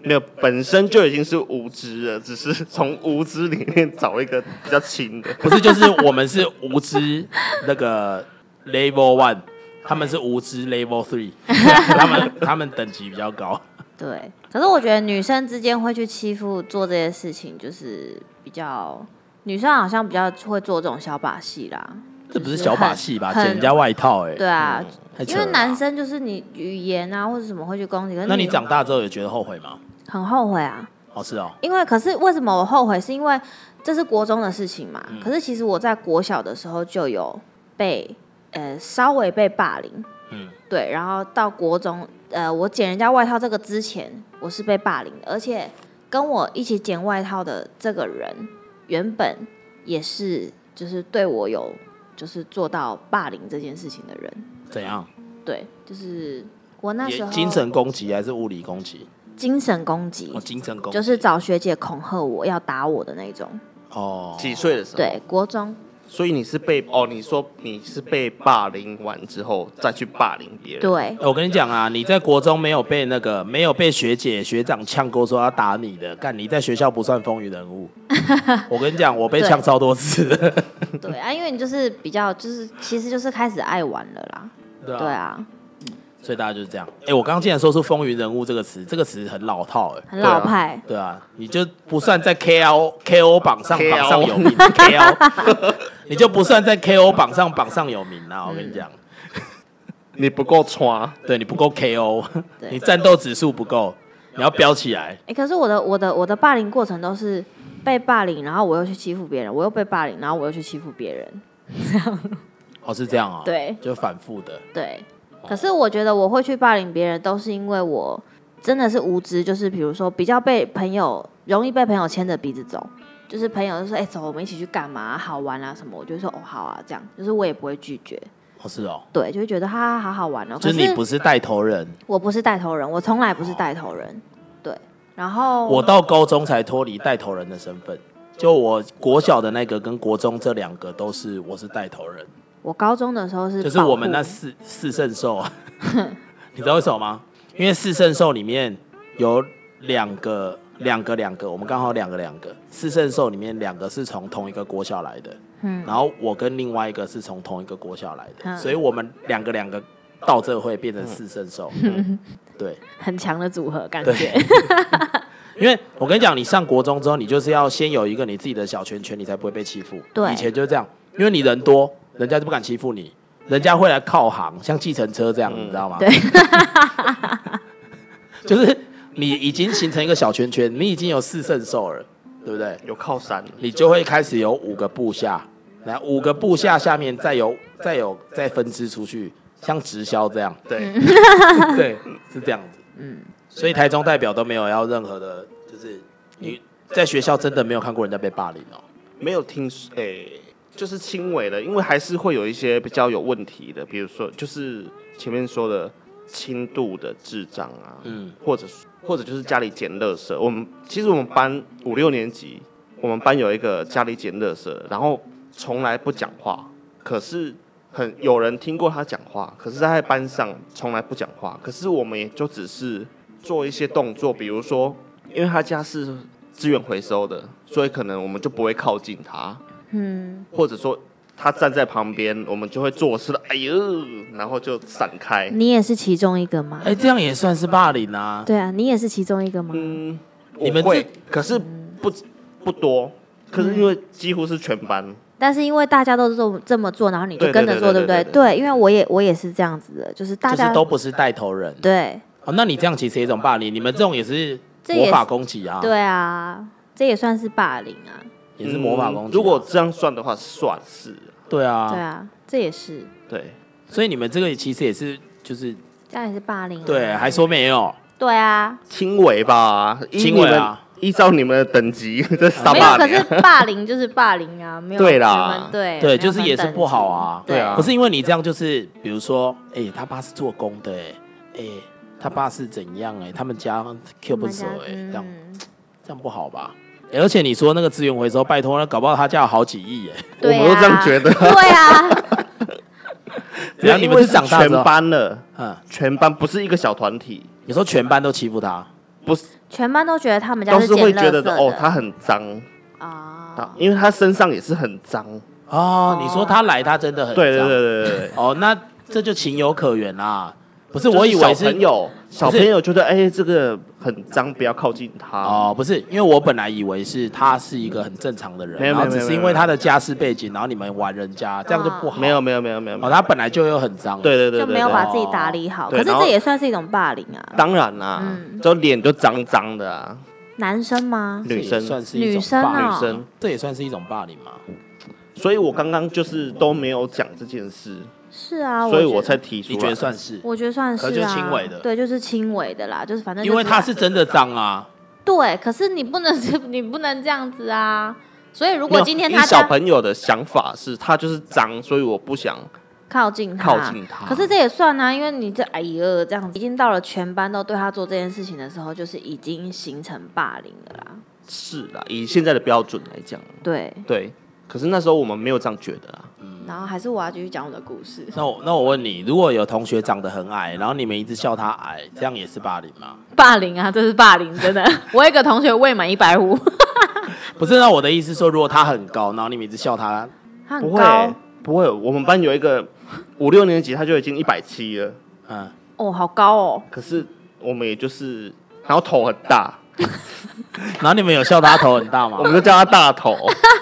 Speaker 2: 没有，本身就已经是无知了，只是从无知里面找一个比较轻的。
Speaker 1: 不是，就是我们是无知那个 level one，他们是无知 level three，他们他们等级比较高。
Speaker 3: 对，可是我觉得女生之间会去欺负做这些事情，就是比较女生好像比较会做这种小把戏啦。
Speaker 1: 这不是
Speaker 3: 就是
Speaker 1: 小把
Speaker 3: 很
Speaker 1: 戏吧？
Speaker 3: 很
Speaker 1: 剪人家外套哎、欸，
Speaker 3: 对啊，
Speaker 1: 太扯
Speaker 3: 因
Speaker 1: 了
Speaker 3: 为
Speaker 1: 吧
Speaker 3: 男，生就是你语言啊或者什么会去攻击，可是
Speaker 1: 那你长大之后有觉得后悔吗？
Speaker 3: 很后悔啊。
Speaker 1: 哦，是哦，
Speaker 3: 因为可是为什么我后悔？是因为这是国中的事情
Speaker 1: 嗯
Speaker 3: 嘛。可是其实我在国小的时候就有被呃稍微被霸凌，
Speaker 1: 嗯，
Speaker 3: 对，然后到国中，呃，我捡人家外套这个之前，我是被霸凌的，而且跟我一起捡外套的这个人，原本也是就是对我有就是做到霸凌这件事情的人，
Speaker 1: 怎样？
Speaker 3: 对，就是我那
Speaker 1: 也
Speaker 3: 时候
Speaker 1: 精神攻击还是物理攻击？
Speaker 3: 精神攻击
Speaker 1: 哦，，精神攻击
Speaker 3: 就是找学姐恐吓我要打我的那种，
Speaker 1: 哦，
Speaker 2: 几岁的时候？，
Speaker 3: 对，国中
Speaker 2: 所以你是被哦，你说你是被霸凌完之后再去霸凌别人。
Speaker 3: 对
Speaker 1: 欸我跟你讲啊，你在国中没有被那个没有被学姐学长呛过说要打你的，干你在学校不算风云人 物。我跟你讲，我被
Speaker 3: 对
Speaker 1: 呛超多次了。
Speaker 3: 对啊，因为你就是比较就是其实就是开始爱玩了啦，
Speaker 1: 对
Speaker 3: 对，啊，
Speaker 1: 所以大家就是这样。哎、我刚刚竟然说出“风云人物”这个词，这个词很老套哎、
Speaker 3: 很
Speaker 2: 对啊
Speaker 3: 老派，
Speaker 1: 对啊，你就不算在 KO KO 榜上
Speaker 2: KO
Speaker 1: 榜上有名，KO，你 就不算在 KO 榜上榜上有名啦。我跟你讲，
Speaker 3: 嗯
Speaker 2: 你不够穿，
Speaker 1: 对你不够 KO，
Speaker 3: 对
Speaker 1: 你战斗指数不够，你要飙起来。
Speaker 3: 哎、可是我的我的我的霸凌过程都是被霸凌，然后我又去欺负别人，我又被霸凌，然后我又去欺负别人，
Speaker 1: 哦，是这样啊、
Speaker 3: 对
Speaker 1: 就反复的。
Speaker 3: 对。可是我觉得我会去霸凌别人，都是因为我真的是无知，就是比如说比较被朋友容易被朋友牵着鼻子走，就是朋友就说哎、走，我们一起去干嘛，好玩啊什么，我就说哦好啊这样，就是我也不会拒绝，
Speaker 1: 哦，是哦，
Speaker 3: 对，就会觉得哈哈好好玩哦。
Speaker 1: 就
Speaker 3: 可
Speaker 1: 是你
Speaker 3: 是
Speaker 1: 不是带头人，
Speaker 3: 我不是带头人，我从来不是带头人，对。然后
Speaker 1: 我到高中才脱离带头人的身份。就我国小的那个跟国中这两个都是我是带头人，
Speaker 3: 我高中的时候是
Speaker 1: 就是我们
Speaker 3: 保
Speaker 1: 那
Speaker 3: 护
Speaker 1: 四四圣兽啊， 你知道为什么吗？因为四圣兽里面有两个两个两个，我们刚好两个两个，四圣兽里面两个是从同一个国小来的，
Speaker 3: 嗯
Speaker 1: 然后我跟另外一个是从同一个国小来的，
Speaker 3: 嗯
Speaker 1: 所以我们两个两个到这会变成四圣兽，
Speaker 3: 嗯
Speaker 1: 对。
Speaker 3: 很强的组合感
Speaker 1: 对
Speaker 3: 觉，
Speaker 1: 因为我跟你讲，你上国中之后，你就是要先有一个你自己的小圈圈，你才不会被欺负。
Speaker 3: 对
Speaker 1: 以前就是这样，因为你人多，人家就不敢欺负你，人家会来靠行，像计程车这样，你知道吗？
Speaker 3: 对，
Speaker 1: 就是你已经形成一个小圈圈，你已经有四圣兽了，对不对？
Speaker 2: 有靠山，
Speaker 1: 你就会开始有五个部下，来五个部下下面再有再有再分支出去，像直销这样，
Speaker 2: 对，
Speaker 1: 对，是这样子。嗯，所以台中代表都没有要任何的，就是你在学校真的没有看过人家被霸凌哦。
Speaker 2: 没有听说，诶、就是轻微的，因为还是会有一些比较有问题的，比如说就是前面说的轻度的智障啊，
Speaker 1: 嗯
Speaker 2: 嗯，或者或者就是家里捡垃圾。我们其实我们班五六年级，我们班有一个家里捡垃圾，然后从来不讲话，可是。很有人听过他讲话，可是他在班上从来不讲话。可是我们也就只是做一些动作，比如说，因为他家是资源回收的，所以可能我们就不会靠近他。
Speaker 3: 嗯，
Speaker 2: 或者说他站在旁边，我们就会做事了，哎呦，然后就闪开。
Speaker 3: 你也是其中一个吗？
Speaker 1: 哎、这样也算是霸凌啊。
Speaker 3: 对啊，你也是其中一个吗？
Speaker 2: 嗯，
Speaker 1: 你们
Speaker 2: 我会
Speaker 1: 这，
Speaker 2: 可是不不多，可是因为几乎是全班，
Speaker 3: 但是因为大家都这么这么做，然后你就
Speaker 2: 对
Speaker 3: 跟着做，对
Speaker 2: 对
Speaker 3: 不
Speaker 2: 对
Speaker 3: 对？
Speaker 2: 对对
Speaker 3: 对，因为我也我也是这样子的，就是大
Speaker 1: 就是
Speaker 3: 家
Speaker 1: 都不是带头人。
Speaker 3: 对
Speaker 1: 哦，那你这样其实也一种霸凌，你们这种也是
Speaker 3: 这也
Speaker 1: 魔
Speaker 3: 是
Speaker 1: 法攻击啊，，
Speaker 3: 对啊，这也算是霸凌啊，
Speaker 1: 也是魔法
Speaker 2: 嗯
Speaker 1: 攻击啊、
Speaker 2: 如果这样算的话，算是
Speaker 1: 对啊，
Speaker 3: 对啊，这也是
Speaker 2: 对。
Speaker 1: 所以你们这个其实也是就是
Speaker 3: 这样也是霸凌啊，
Speaker 1: 对，还说没有
Speaker 3: 对啊，
Speaker 2: 轻微吧，以
Speaker 1: 轻微啊，
Speaker 2: 依照你们的等级， 这是大
Speaker 3: 没有，
Speaker 2: 霸
Speaker 3: 可
Speaker 2: 凌
Speaker 3: 是
Speaker 2: 啊。
Speaker 3: 霸凌就是霸凌啊，没有
Speaker 2: 对啦
Speaker 3: 什么对
Speaker 1: 对
Speaker 3: 没有
Speaker 1: 就是
Speaker 3: 分
Speaker 1: 也是
Speaker 3: 等
Speaker 1: 不好
Speaker 3: 级
Speaker 1: 啊
Speaker 3: 对
Speaker 2: 对啊
Speaker 1: 不是因为你这样，就是比如说，哎、他爸是做工的、哎、哎、他爸是怎样、哎，他们家 Q 不熟、哎、这样
Speaker 3: 嗯
Speaker 1: 这样不好吧？哎而且你说那个资源回收，拜托，那搞不好他家有好几亿 耶、
Speaker 2: 我
Speaker 3: 对
Speaker 2: 们都这样觉得
Speaker 3: 啊，对啊，
Speaker 1: 只
Speaker 2: 啊
Speaker 1: 要你们是长大
Speaker 2: 全
Speaker 1: 之后，
Speaker 2: 班了，
Speaker 1: 嗯，
Speaker 2: 全班不是一个小团体，
Speaker 1: 你说全班都欺负他，
Speaker 2: 不是
Speaker 3: 全班都觉得他 们家
Speaker 2: 都是
Speaker 3: 捡
Speaker 2: 会
Speaker 3: 垃
Speaker 2: 觉
Speaker 3: 圾
Speaker 2: 得
Speaker 3: 的
Speaker 2: 哦，他很脏，他
Speaker 3: 啊，
Speaker 2: 因为他身上也是很脏。
Speaker 1: 哦，你说他来，他真的很
Speaker 2: 对对
Speaker 1: 脏
Speaker 2: 对对对对。
Speaker 1: 哦，那这就情有可原啦。不是，
Speaker 2: 就是
Speaker 1: 我以为
Speaker 2: 小
Speaker 1: 是
Speaker 2: 朋友，小朋友觉得哎、这个很脏，不要靠近他。
Speaker 1: 哦，不是，因为我本来以为是他是一个很正常的人，
Speaker 2: 没有
Speaker 1: 然后
Speaker 2: 没有
Speaker 1: 只是
Speaker 2: 没有
Speaker 1: 因
Speaker 2: 没
Speaker 1: 为
Speaker 2: 有
Speaker 1: 他的家世背景，然后你们玩人家，这样就不好。
Speaker 2: 没有没有没有没有，
Speaker 1: 哦，他本来就有很脏。
Speaker 2: 对对对对
Speaker 3: 就
Speaker 2: 对
Speaker 3: 没有把自己打理好，可
Speaker 2: 对
Speaker 3: 是
Speaker 2: 然后
Speaker 3: 这也算是一种霸凌啊。
Speaker 2: 当然啦、
Speaker 3: 嗯
Speaker 2: 就脸就脏脏的啊，
Speaker 3: 男生吗？
Speaker 1: 这也
Speaker 2: 女生
Speaker 1: 算是一
Speaker 3: 女
Speaker 1: 种
Speaker 3: 生
Speaker 1: 霸凌，
Speaker 3: 啊、
Speaker 2: 女生
Speaker 1: 这也算是一种霸凌嘛？
Speaker 2: 所以我刚刚就是都没有讲这件事，
Speaker 3: 是啊，
Speaker 2: 所以
Speaker 3: 觉得
Speaker 2: 我才提出来。
Speaker 1: 你觉得算是？
Speaker 3: 我觉得算是、啊，
Speaker 1: 可就是轻微的
Speaker 3: 对，就是轻微的啦，就是反正就
Speaker 1: 因为他是真的脏啊。
Speaker 3: 对，可是你不能 你不能这样子啊。所以如
Speaker 2: 没
Speaker 3: 果
Speaker 2: 有
Speaker 3: 今天
Speaker 2: 以
Speaker 3: 他
Speaker 2: 小
Speaker 3: 家
Speaker 2: 朋友的想法是，他就是脏，所以我不想
Speaker 3: 靠近他，
Speaker 2: 靠近他。
Speaker 3: 可是这也算啊，因为你这哎呀这样子，已经到了全班都对他做这件事情的时候，就是已经形成霸凌了啦。
Speaker 2: 是啦，以现在的标准来讲，
Speaker 3: 对，
Speaker 2: 对。可是那时候我们没有这样觉得啊，
Speaker 3: 然后还是我要继续讲我的故事。
Speaker 1: 那我那我问你，如果有同学长得很矮，然后你们一直笑他矮，这样也是霸凌吗？
Speaker 3: 霸凌啊，这是霸凌， 真的。我有一个同学未满一百五，
Speaker 1: 不是，那我的意思是说，如果他很高，然后你们一直笑他，
Speaker 3: 他
Speaker 2: 不
Speaker 3: 很高
Speaker 2: 会不会，我们班有一个五六年级，他就已经一百七了。
Speaker 1: 嗯，
Speaker 3: 哦，好高哦。
Speaker 2: 可是我们也就是，然后头很大，
Speaker 1: 然后你们有笑他头很大吗
Speaker 2: 我？们就叫他大头，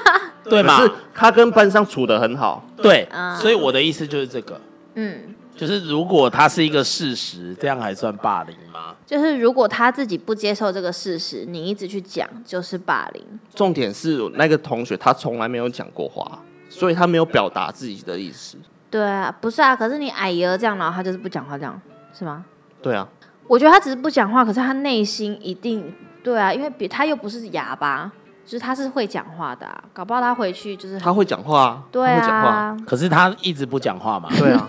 Speaker 1: 对嘛
Speaker 2: 可？是他跟班上处的很好，
Speaker 1: 对
Speaker 3: 啊，
Speaker 1: 所以我的意思就是这个。
Speaker 3: 嗯，
Speaker 1: 就是如果它是一个事实，这样还算霸凌吗？
Speaker 3: 就是如果他自己不接受这个事实，你一直去讲，就是霸凌。
Speaker 2: 重点是那个同学他从来没有讲过话，所以他没有表达自己的意思。
Speaker 3: 对啊，不是啊，可是你矮爷这样，然后他就是不讲话，这样是吗？
Speaker 2: 对啊，
Speaker 3: 我觉得他只是不讲话，可是他内心一定对啊，因为别他又不是哑巴，就是他是会讲话的、啊，搞不好他回去就是很
Speaker 2: 他会讲话啊，
Speaker 3: 嗯对
Speaker 2: 他会讲话，
Speaker 3: 啊，
Speaker 1: 可是他一直不讲话嘛，
Speaker 2: 对啊，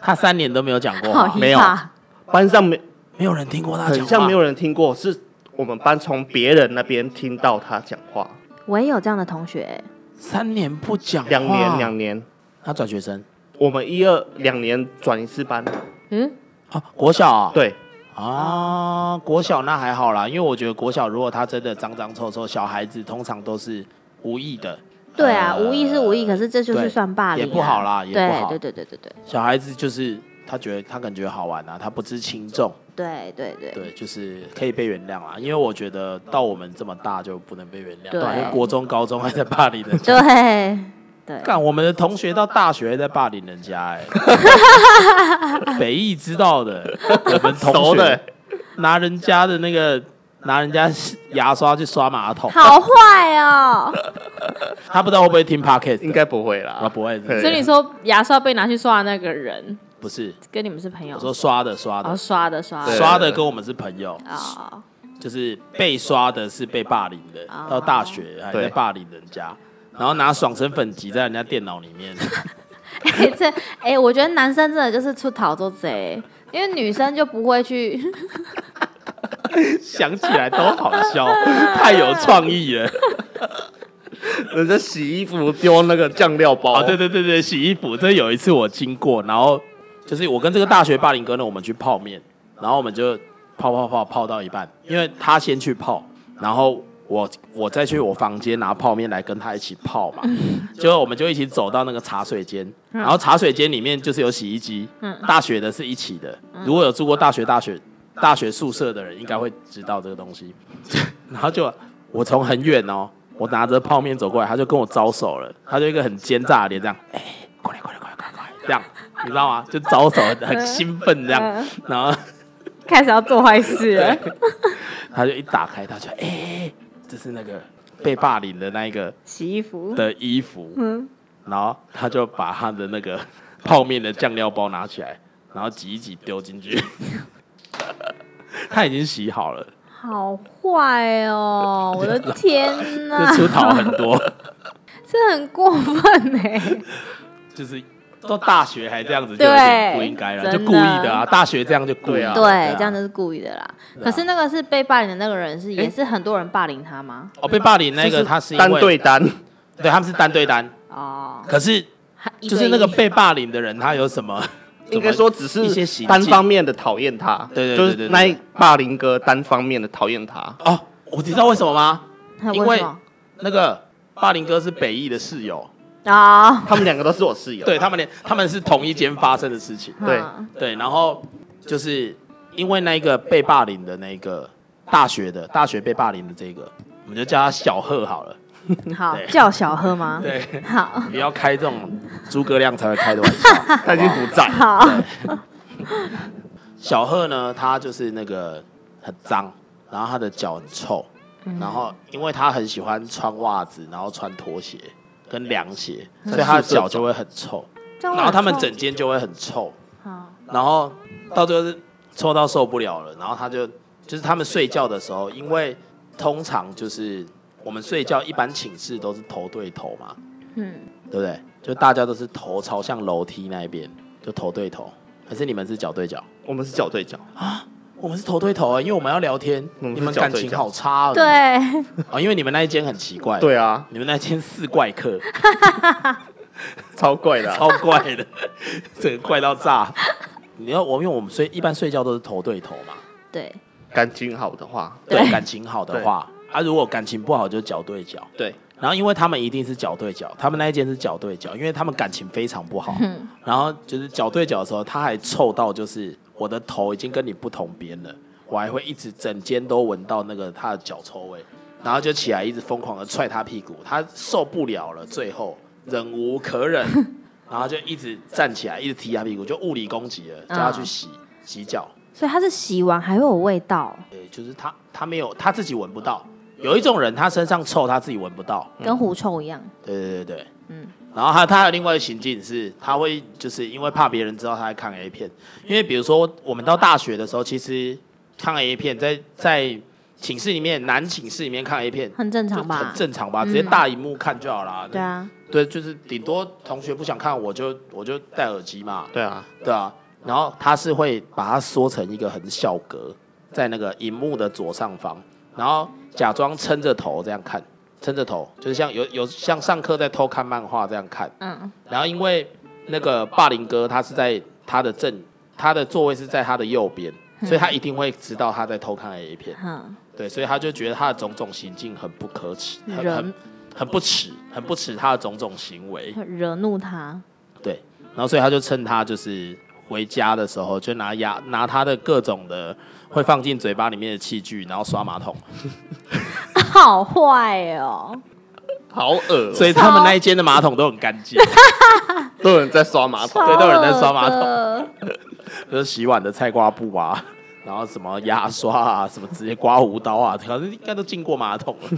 Speaker 1: 他三年都没有讲过
Speaker 3: 好
Speaker 1: 话，
Speaker 3: 遗
Speaker 2: 没有
Speaker 3: 憾
Speaker 2: 班上没
Speaker 1: 没有人听过他
Speaker 2: 很
Speaker 1: 讲
Speaker 2: 像
Speaker 1: 话，
Speaker 2: 没有人听过，是我们班从别人那边听到他讲话，
Speaker 3: 我也有这样的同学欸、
Speaker 1: 三年不讲话，
Speaker 2: 两年两年，
Speaker 1: 他转学生
Speaker 2: 我们一二两年转一次班，
Speaker 3: 嗯，
Speaker 1: 啊，国小啊，
Speaker 2: 对，
Speaker 1: 啊，国小那还好啦，因为我觉得国小如果他真的脏脏臭臭，小孩子通常都是无意的，
Speaker 3: 对啊，
Speaker 1: 呃
Speaker 3: 无意是无意，可是这就是
Speaker 1: 对
Speaker 3: 算霸凌、啊，
Speaker 1: 也不好啦也不好
Speaker 3: 对对对对对
Speaker 1: 小孩子就是他觉得他感觉好玩啊，他不知轻重，
Speaker 3: 对对对对，
Speaker 1: 对，就是可以被原谅啦，因为我觉得到我们这么大就不能被原谅，
Speaker 3: 对啊
Speaker 1: 因为国中、高中还在霸凌人家。
Speaker 3: 对对
Speaker 1: 干，我们的同学到大学还在霸凌人家哎、 北艺知道的，我们同
Speaker 2: 熟
Speaker 1: 学
Speaker 2: 的
Speaker 1: 拿人家的那个拿人家牙刷去刷马桶，
Speaker 3: 好坏哦！
Speaker 1: 他不知道会不会听 podcast，
Speaker 2: 应该不会
Speaker 1: 啊
Speaker 2: 啦，
Speaker 1: 不会，
Speaker 2: 对
Speaker 1: 是
Speaker 3: 所以你说牙刷被拿去刷的那个人，
Speaker 1: 不是，
Speaker 3: 跟你们是朋友
Speaker 1: 我？说刷的刷
Speaker 3: 哦，
Speaker 1: 的
Speaker 3: 刷的刷的
Speaker 2: 对哦
Speaker 1: 刷的跟我们是朋友，
Speaker 3: 啊，
Speaker 1: 就是被刷的是被霸凌的，
Speaker 3: 哦
Speaker 1: 到大学还在
Speaker 2: 对
Speaker 1: 霸凌人家。然后拿爽身粉挤在人家电脑里面，
Speaker 3: 哎、这哎、我觉得男生真的就是出逃做贼，因为女生就不会去。
Speaker 1: 想起来都好笑，太有创意了。
Speaker 2: 人家洗衣服丢那个酱料包，
Speaker 1: 哦，对对对对，洗衣服。这有一次我经过，然后就是我跟这个大学霸凌哥呢，我们去泡面，然后我们就泡泡泡泡到一半，因为他先去泡，然后我我再去我房间拿泡面来跟他一起泡嘛，结果我们就一起走到那个茶水间，然后茶水间里面就是有洗衣机，大学的是一起的，如果有住过大学大学大学宿舍的人，应该会知道这个东西。 然后就我从很远哦，我拿着泡面走过来，他就跟我招手了，他就一个很奸诈的脸这样，哎、过来过来过来过来过来，这样你知道吗？就招手很兴奋这样，然后
Speaker 3: 开始要做坏事了。
Speaker 1: 他就一打开，他就哎、这是那个被霸凌的那一个
Speaker 3: 洗衣服，
Speaker 1: 的衣服，
Speaker 3: 嗯
Speaker 1: 然后他就把他的那个 泡面的酱料包拿 起来，然后挤一挤丢进去，他已经洗好了，
Speaker 3: 好坏哦！我的天
Speaker 1: 就
Speaker 3: 哪，
Speaker 1: 出逃很多，
Speaker 3: 这很过分哎、
Speaker 1: 就是到大学还这样子，就有点不应该了，
Speaker 3: 对
Speaker 1: 就故意的啊！大学这样就故意
Speaker 2: 对啊
Speaker 3: 对，这样就是故意的啦。
Speaker 1: 对啊
Speaker 3: 可是那个是被霸凌的那个人是也是很多人霸凌他吗？
Speaker 1: 哦，被霸凌那
Speaker 2: 就
Speaker 1: 个他是因
Speaker 2: 单
Speaker 1: 为
Speaker 2: 对单，
Speaker 1: 对他们是单对单，
Speaker 3: 哦，
Speaker 1: 可是
Speaker 3: 还一对
Speaker 1: 就是那个
Speaker 3: 一
Speaker 1: 被霸凌的人他有什么？
Speaker 2: 应该说只
Speaker 1: 一些
Speaker 2: 是
Speaker 1: 行
Speaker 2: 单
Speaker 1: 径
Speaker 2: 方面的讨厌他，
Speaker 1: 对对对
Speaker 2: 就
Speaker 1: 对
Speaker 2: 是
Speaker 1: 对
Speaker 2: 那一霸凌哥单方面的讨厌他，
Speaker 1: 哦，我知道为什么吗？
Speaker 3: 他
Speaker 1: 因
Speaker 3: 为
Speaker 1: 为
Speaker 3: 什么
Speaker 1: 那个霸凌哥是北艺的室友，
Speaker 3: 啊？
Speaker 2: 他们两个都是我室友，
Speaker 1: 对他们连他们是同一间发生的事情，
Speaker 2: 对
Speaker 3: 嗯
Speaker 1: 对，然后就是因为那一个被霸凌的那个大学的大学被霸凌的这个，我们就叫他小贺好了，
Speaker 3: 好
Speaker 1: 对
Speaker 3: 叫小贺吗？
Speaker 1: 对，
Speaker 3: 好
Speaker 1: 不要开这种诸葛亮才会开的玩笑，
Speaker 2: 他已经不在，
Speaker 3: 好
Speaker 1: 小贺呢，他就是那个很脏，然后他的脚很臭，
Speaker 3: 嗯
Speaker 1: 然后因为他很喜欢穿袜子，然后穿拖鞋跟凉鞋，所以他的脚就会很臭，
Speaker 3: 这样嗯会
Speaker 1: 然后他们
Speaker 3: 很臭
Speaker 1: 整间就会很臭，
Speaker 3: 好
Speaker 1: 然后到最后是臭到受不了了，然后他就就是他们睡觉的时候，因为通常就是我们睡觉一般寝室都是头对头嘛，
Speaker 3: 嗯，
Speaker 1: 对不对？就大家都是头朝向楼梯那一边，就头对头，还是你们是脚对脚？
Speaker 2: 我们是脚对脚，
Speaker 1: 我们是头对头啊、因为我们要聊天。
Speaker 2: 我们是
Speaker 1: 你们
Speaker 2: 脚对
Speaker 1: 感
Speaker 2: 脚
Speaker 1: 情好差哦。
Speaker 3: 对，
Speaker 1: 啊、因为你们那一间很奇怪。，
Speaker 2: 对啊，
Speaker 1: 你们那一间四怪客，
Speaker 2: 超怪的啊，
Speaker 1: 超怪的， 这个怪到炸。你要我，因为我们睡一般睡觉都是头对头嘛，
Speaker 3: 对，
Speaker 2: 感情好的话，
Speaker 1: 对
Speaker 3: 对
Speaker 1: 感情好的话，啊，如果感情不好就脚对脚。
Speaker 2: 对，
Speaker 1: 然后因为他们一定是脚对脚，他们那一间是脚对脚，因为他们感情非常不好。
Speaker 3: 嗯，
Speaker 1: 然后就是脚对脚的时候，他还臭到就是我的头已经跟你不同边了，我还会一直整间都闻到那个他的脚臭味，然后就起来一直疯狂的踹他屁股，他受不了了，最后忍无可忍，然后就一直站起来，一直踢他屁股，就物理攻击了，叫他去洗、洗脚。
Speaker 3: 所以他是洗完还会有味道，
Speaker 1: 对，呃就是他他没有他自己闻不到，有一种人他身上臭他自己闻不到，
Speaker 3: 跟狐臭一样。
Speaker 1: 对对对对，
Speaker 3: 嗯
Speaker 1: 嗯。然后他他还有另外一个行径是，他会就是因为怕别人知道他在看 A 片，因为比如说我们到大学的时候，其实看 A 片在在寝室里面男寝室里面看 A 片。
Speaker 3: 很正
Speaker 1: 就
Speaker 3: 常吧
Speaker 1: 很？正常吧，
Speaker 3: 嗯
Speaker 1: 直接大荧幕看就好啦。
Speaker 3: 对啊，
Speaker 1: 对，就是顶多同学不想看，我就我就戴耳机嘛。
Speaker 2: 对啊，
Speaker 1: 对啊，然后他是会把它缩成一个很小格，在那个荧幕的左上方，然后假装撑着头这样看，撑着头，就是像有有像上课在偷看漫画这样看。
Speaker 3: 嗯，
Speaker 1: 然后因为那个霸凌哥他是在他的正，他的座位是在他的右边，所以他一定会知道他在偷看 A 片，
Speaker 3: 哼，
Speaker 1: 对，所以他就觉得他的种种行径很不可耻，很
Speaker 3: 惹
Speaker 1: 很很不耻，很不耻他的种种行为。
Speaker 3: 惹怒他，
Speaker 1: 对，然后所以他就趁他就是回家的时候，就拿牙拿他的各种的会放进嘴巴里面的器具，然后刷马桶。
Speaker 3: 好坏哦！
Speaker 2: 好恶哦，
Speaker 1: 所以他们那一间的马桶都很干 净，
Speaker 2: 都有人在刷马桶，
Speaker 1: 对都有人在刷马桶
Speaker 3: 桶，
Speaker 1: 就是洗碗的菜瓜布啊，然后什么牙刷啊，什么直接刮胡刀啊，可能应该都进过马桶了。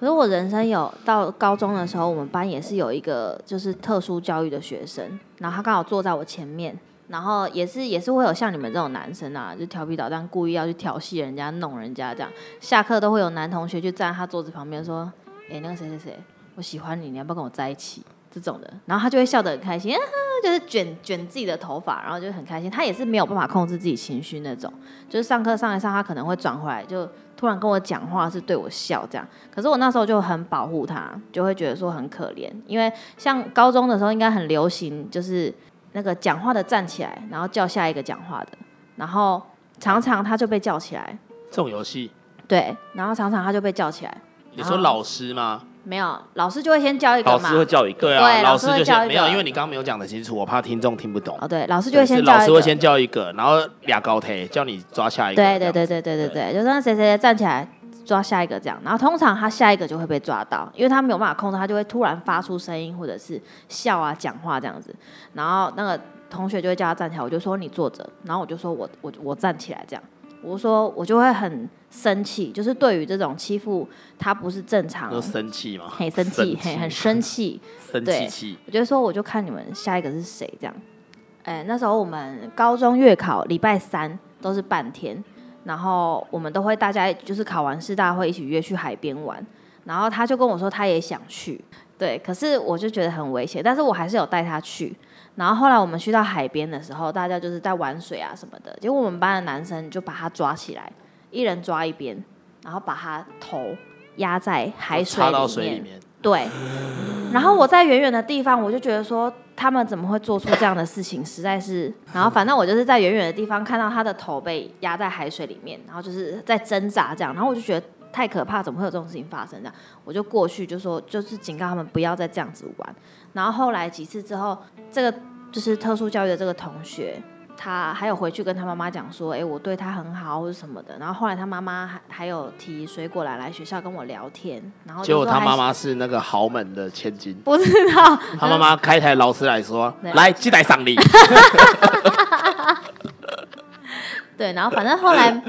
Speaker 3: 可是我人生有到高中的时候，我们班也是有一个就是特殊教育的学生，然后他刚好坐在我前面，然后也是也是会有像你们这种男生啊，就调皮捣蛋，故意要去调戏人家、弄人家这样。下课都会有男同学就站在他桌子旁边说：“哎、那个谁谁谁，我喜欢你，你要不要跟我在一起？”这种的，然后他就会笑得很开心，啊、就是卷卷自己的头发，然后就很开心。他也是没有办法控制自己情绪那种，就是上课上一上，他可能会转回来，就突然跟我讲话，是对我笑这样。可是我那时候就很保护他，就会觉得说很可怜，因为像高中的时候应该很流行，就是那个讲话的站起来，然后叫下一个讲话的，然后常常他就被叫起来，
Speaker 1: 这种游戏，
Speaker 3: 对，然后常常他就被叫起来，
Speaker 1: 你说老师吗？
Speaker 3: 没有老师就会先叫一个
Speaker 2: 老
Speaker 3: 嘛
Speaker 2: 师，会叫一个，
Speaker 1: 对啊，
Speaker 3: 对
Speaker 1: 老
Speaker 3: 老
Speaker 1: 师
Speaker 3: 师会
Speaker 1: 就
Speaker 3: 叫
Speaker 1: 先
Speaker 3: 一
Speaker 1: 没
Speaker 3: 个
Speaker 1: 有，因为你刚刚没有讲的清楚，我怕听众听不懂。
Speaker 3: 哦对，老师就会先
Speaker 1: 是
Speaker 3: 叫一
Speaker 1: 老
Speaker 3: 个，
Speaker 1: 师会先叫一个，然后俩高铁叫你抓下一个。
Speaker 3: 对对
Speaker 1: 这样
Speaker 3: 对对对对对，就是那谁谁谁站起来抓下一个这样，然后通常他下一个就会被抓到，因为他没有办法控制，他就会突然发出声音或者是笑啊、讲话这样子，然后那个同学就会叫他站起来，我就说你坐着，然后我就说我我我站起来这样，我说我就会很生气，就是对于这种欺负他不是正常
Speaker 1: 你，说生气吗？
Speaker 3: 很生
Speaker 2: 生
Speaker 3: 气，
Speaker 2: 气
Speaker 3: 很很生气，
Speaker 1: 生
Speaker 3: 对
Speaker 1: 气气。
Speaker 3: 我就说我就看你们下一个是谁这样。哎、那时候我们高中月考礼拜三都是半天，然后我们都会大家就是考完试，大家会一起约去海边玩。然后他就跟我说他也想去，对，可是我就觉得很危险，但是我还是有带他去。然后后来我们去到海边的时候，大家就是在玩水啊什么的，结果我们班的男生就把他抓起来，一人抓一边，然后把他头压在海水
Speaker 1: 哦插到水里
Speaker 3: 面。哦
Speaker 1: 面，
Speaker 3: 对，然后我在远远的地方，我就觉得说他们怎么会做出这样的事情，实在是。然后反正我就是在远远的地方看到他的头被压在海水里面，然后就是在挣扎这样，然后我就觉得太可怕，怎么会有这种事情发生？这样，我就过去就说，就是警告他们不要再这样子玩。然后后来几次之后，这个就是特殊教育的这个同学。他还有回去跟他妈妈讲说，哎、我对他很好或者什么的。然后后来他妈妈还还有提水果篮来学校跟我聊天，然后就
Speaker 1: 结果
Speaker 3: 说
Speaker 1: 他
Speaker 3: 还
Speaker 1: 妈妈是那个豪门的千金，
Speaker 3: 不知道，
Speaker 1: 他妈妈开台劳斯莱斯说，
Speaker 3: 对
Speaker 1: 来，鸡来赏 你，
Speaker 3: 对，然后反正后来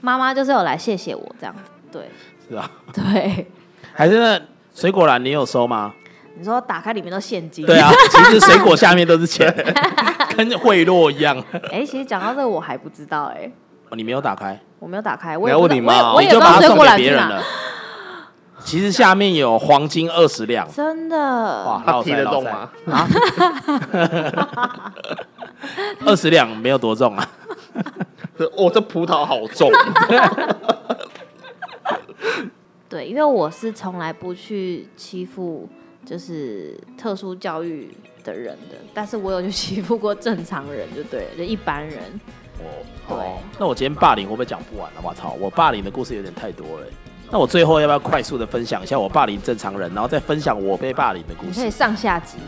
Speaker 3: 妈妈就是有来谢谢我这样子，对
Speaker 1: 是啊，
Speaker 3: 对，
Speaker 1: 还是那水果篮你有收吗？
Speaker 3: 你说打开里面都现金，
Speaker 1: 对，啊，其实水果下面都是 钱，跟贿赂一样。
Speaker 3: 哎，其实讲到这个我还不知道哎、
Speaker 1: 哦你没有打开，
Speaker 3: 我没有打开，我
Speaker 2: 你
Speaker 3: 也
Speaker 2: 要
Speaker 3: 不
Speaker 2: 问
Speaker 3: 知
Speaker 2: 你
Speaker 3: 道
Speaker 2: 妈哦
Speaker 3: 我
Speaker 1: 你
Speaker 3: 也我
Speaker 1: 就
Speaker 3: 也不知
Speaker 1: 把它
Speaker 3: 道水
Speaker 1: 送
Speaker 3: 果
Speaker 1: 给
Speaker 3: 篮去
Speaker 1: 别人
Speaker 3: 哪，
Speaker 1: 了。其实下面有黄金二十 两，
Speaker 3: 真的
Speaker 1: 哇
Speaker 2: 他踢得动吗？
Speaker 1: 二十两没有多重啊。
Speaker 2: 哦，这葡萄好重，啊
Speaker 3: 对，因为我是从来不去欺负就是特殊教育的人的，但是我有去欺负过正常人就对了，就一般人，对
Speaker 1: 哦，那我今天霸凌会不会讲不完啊？我操，我霸凌的故事有点太多了欸。那我最后要不要快速的分享一下我霸凌正常人，然后再分享我被霸凌的故
Speaker 3: 你可
Speaker 1: 事？
Speaker 3: 以上下级，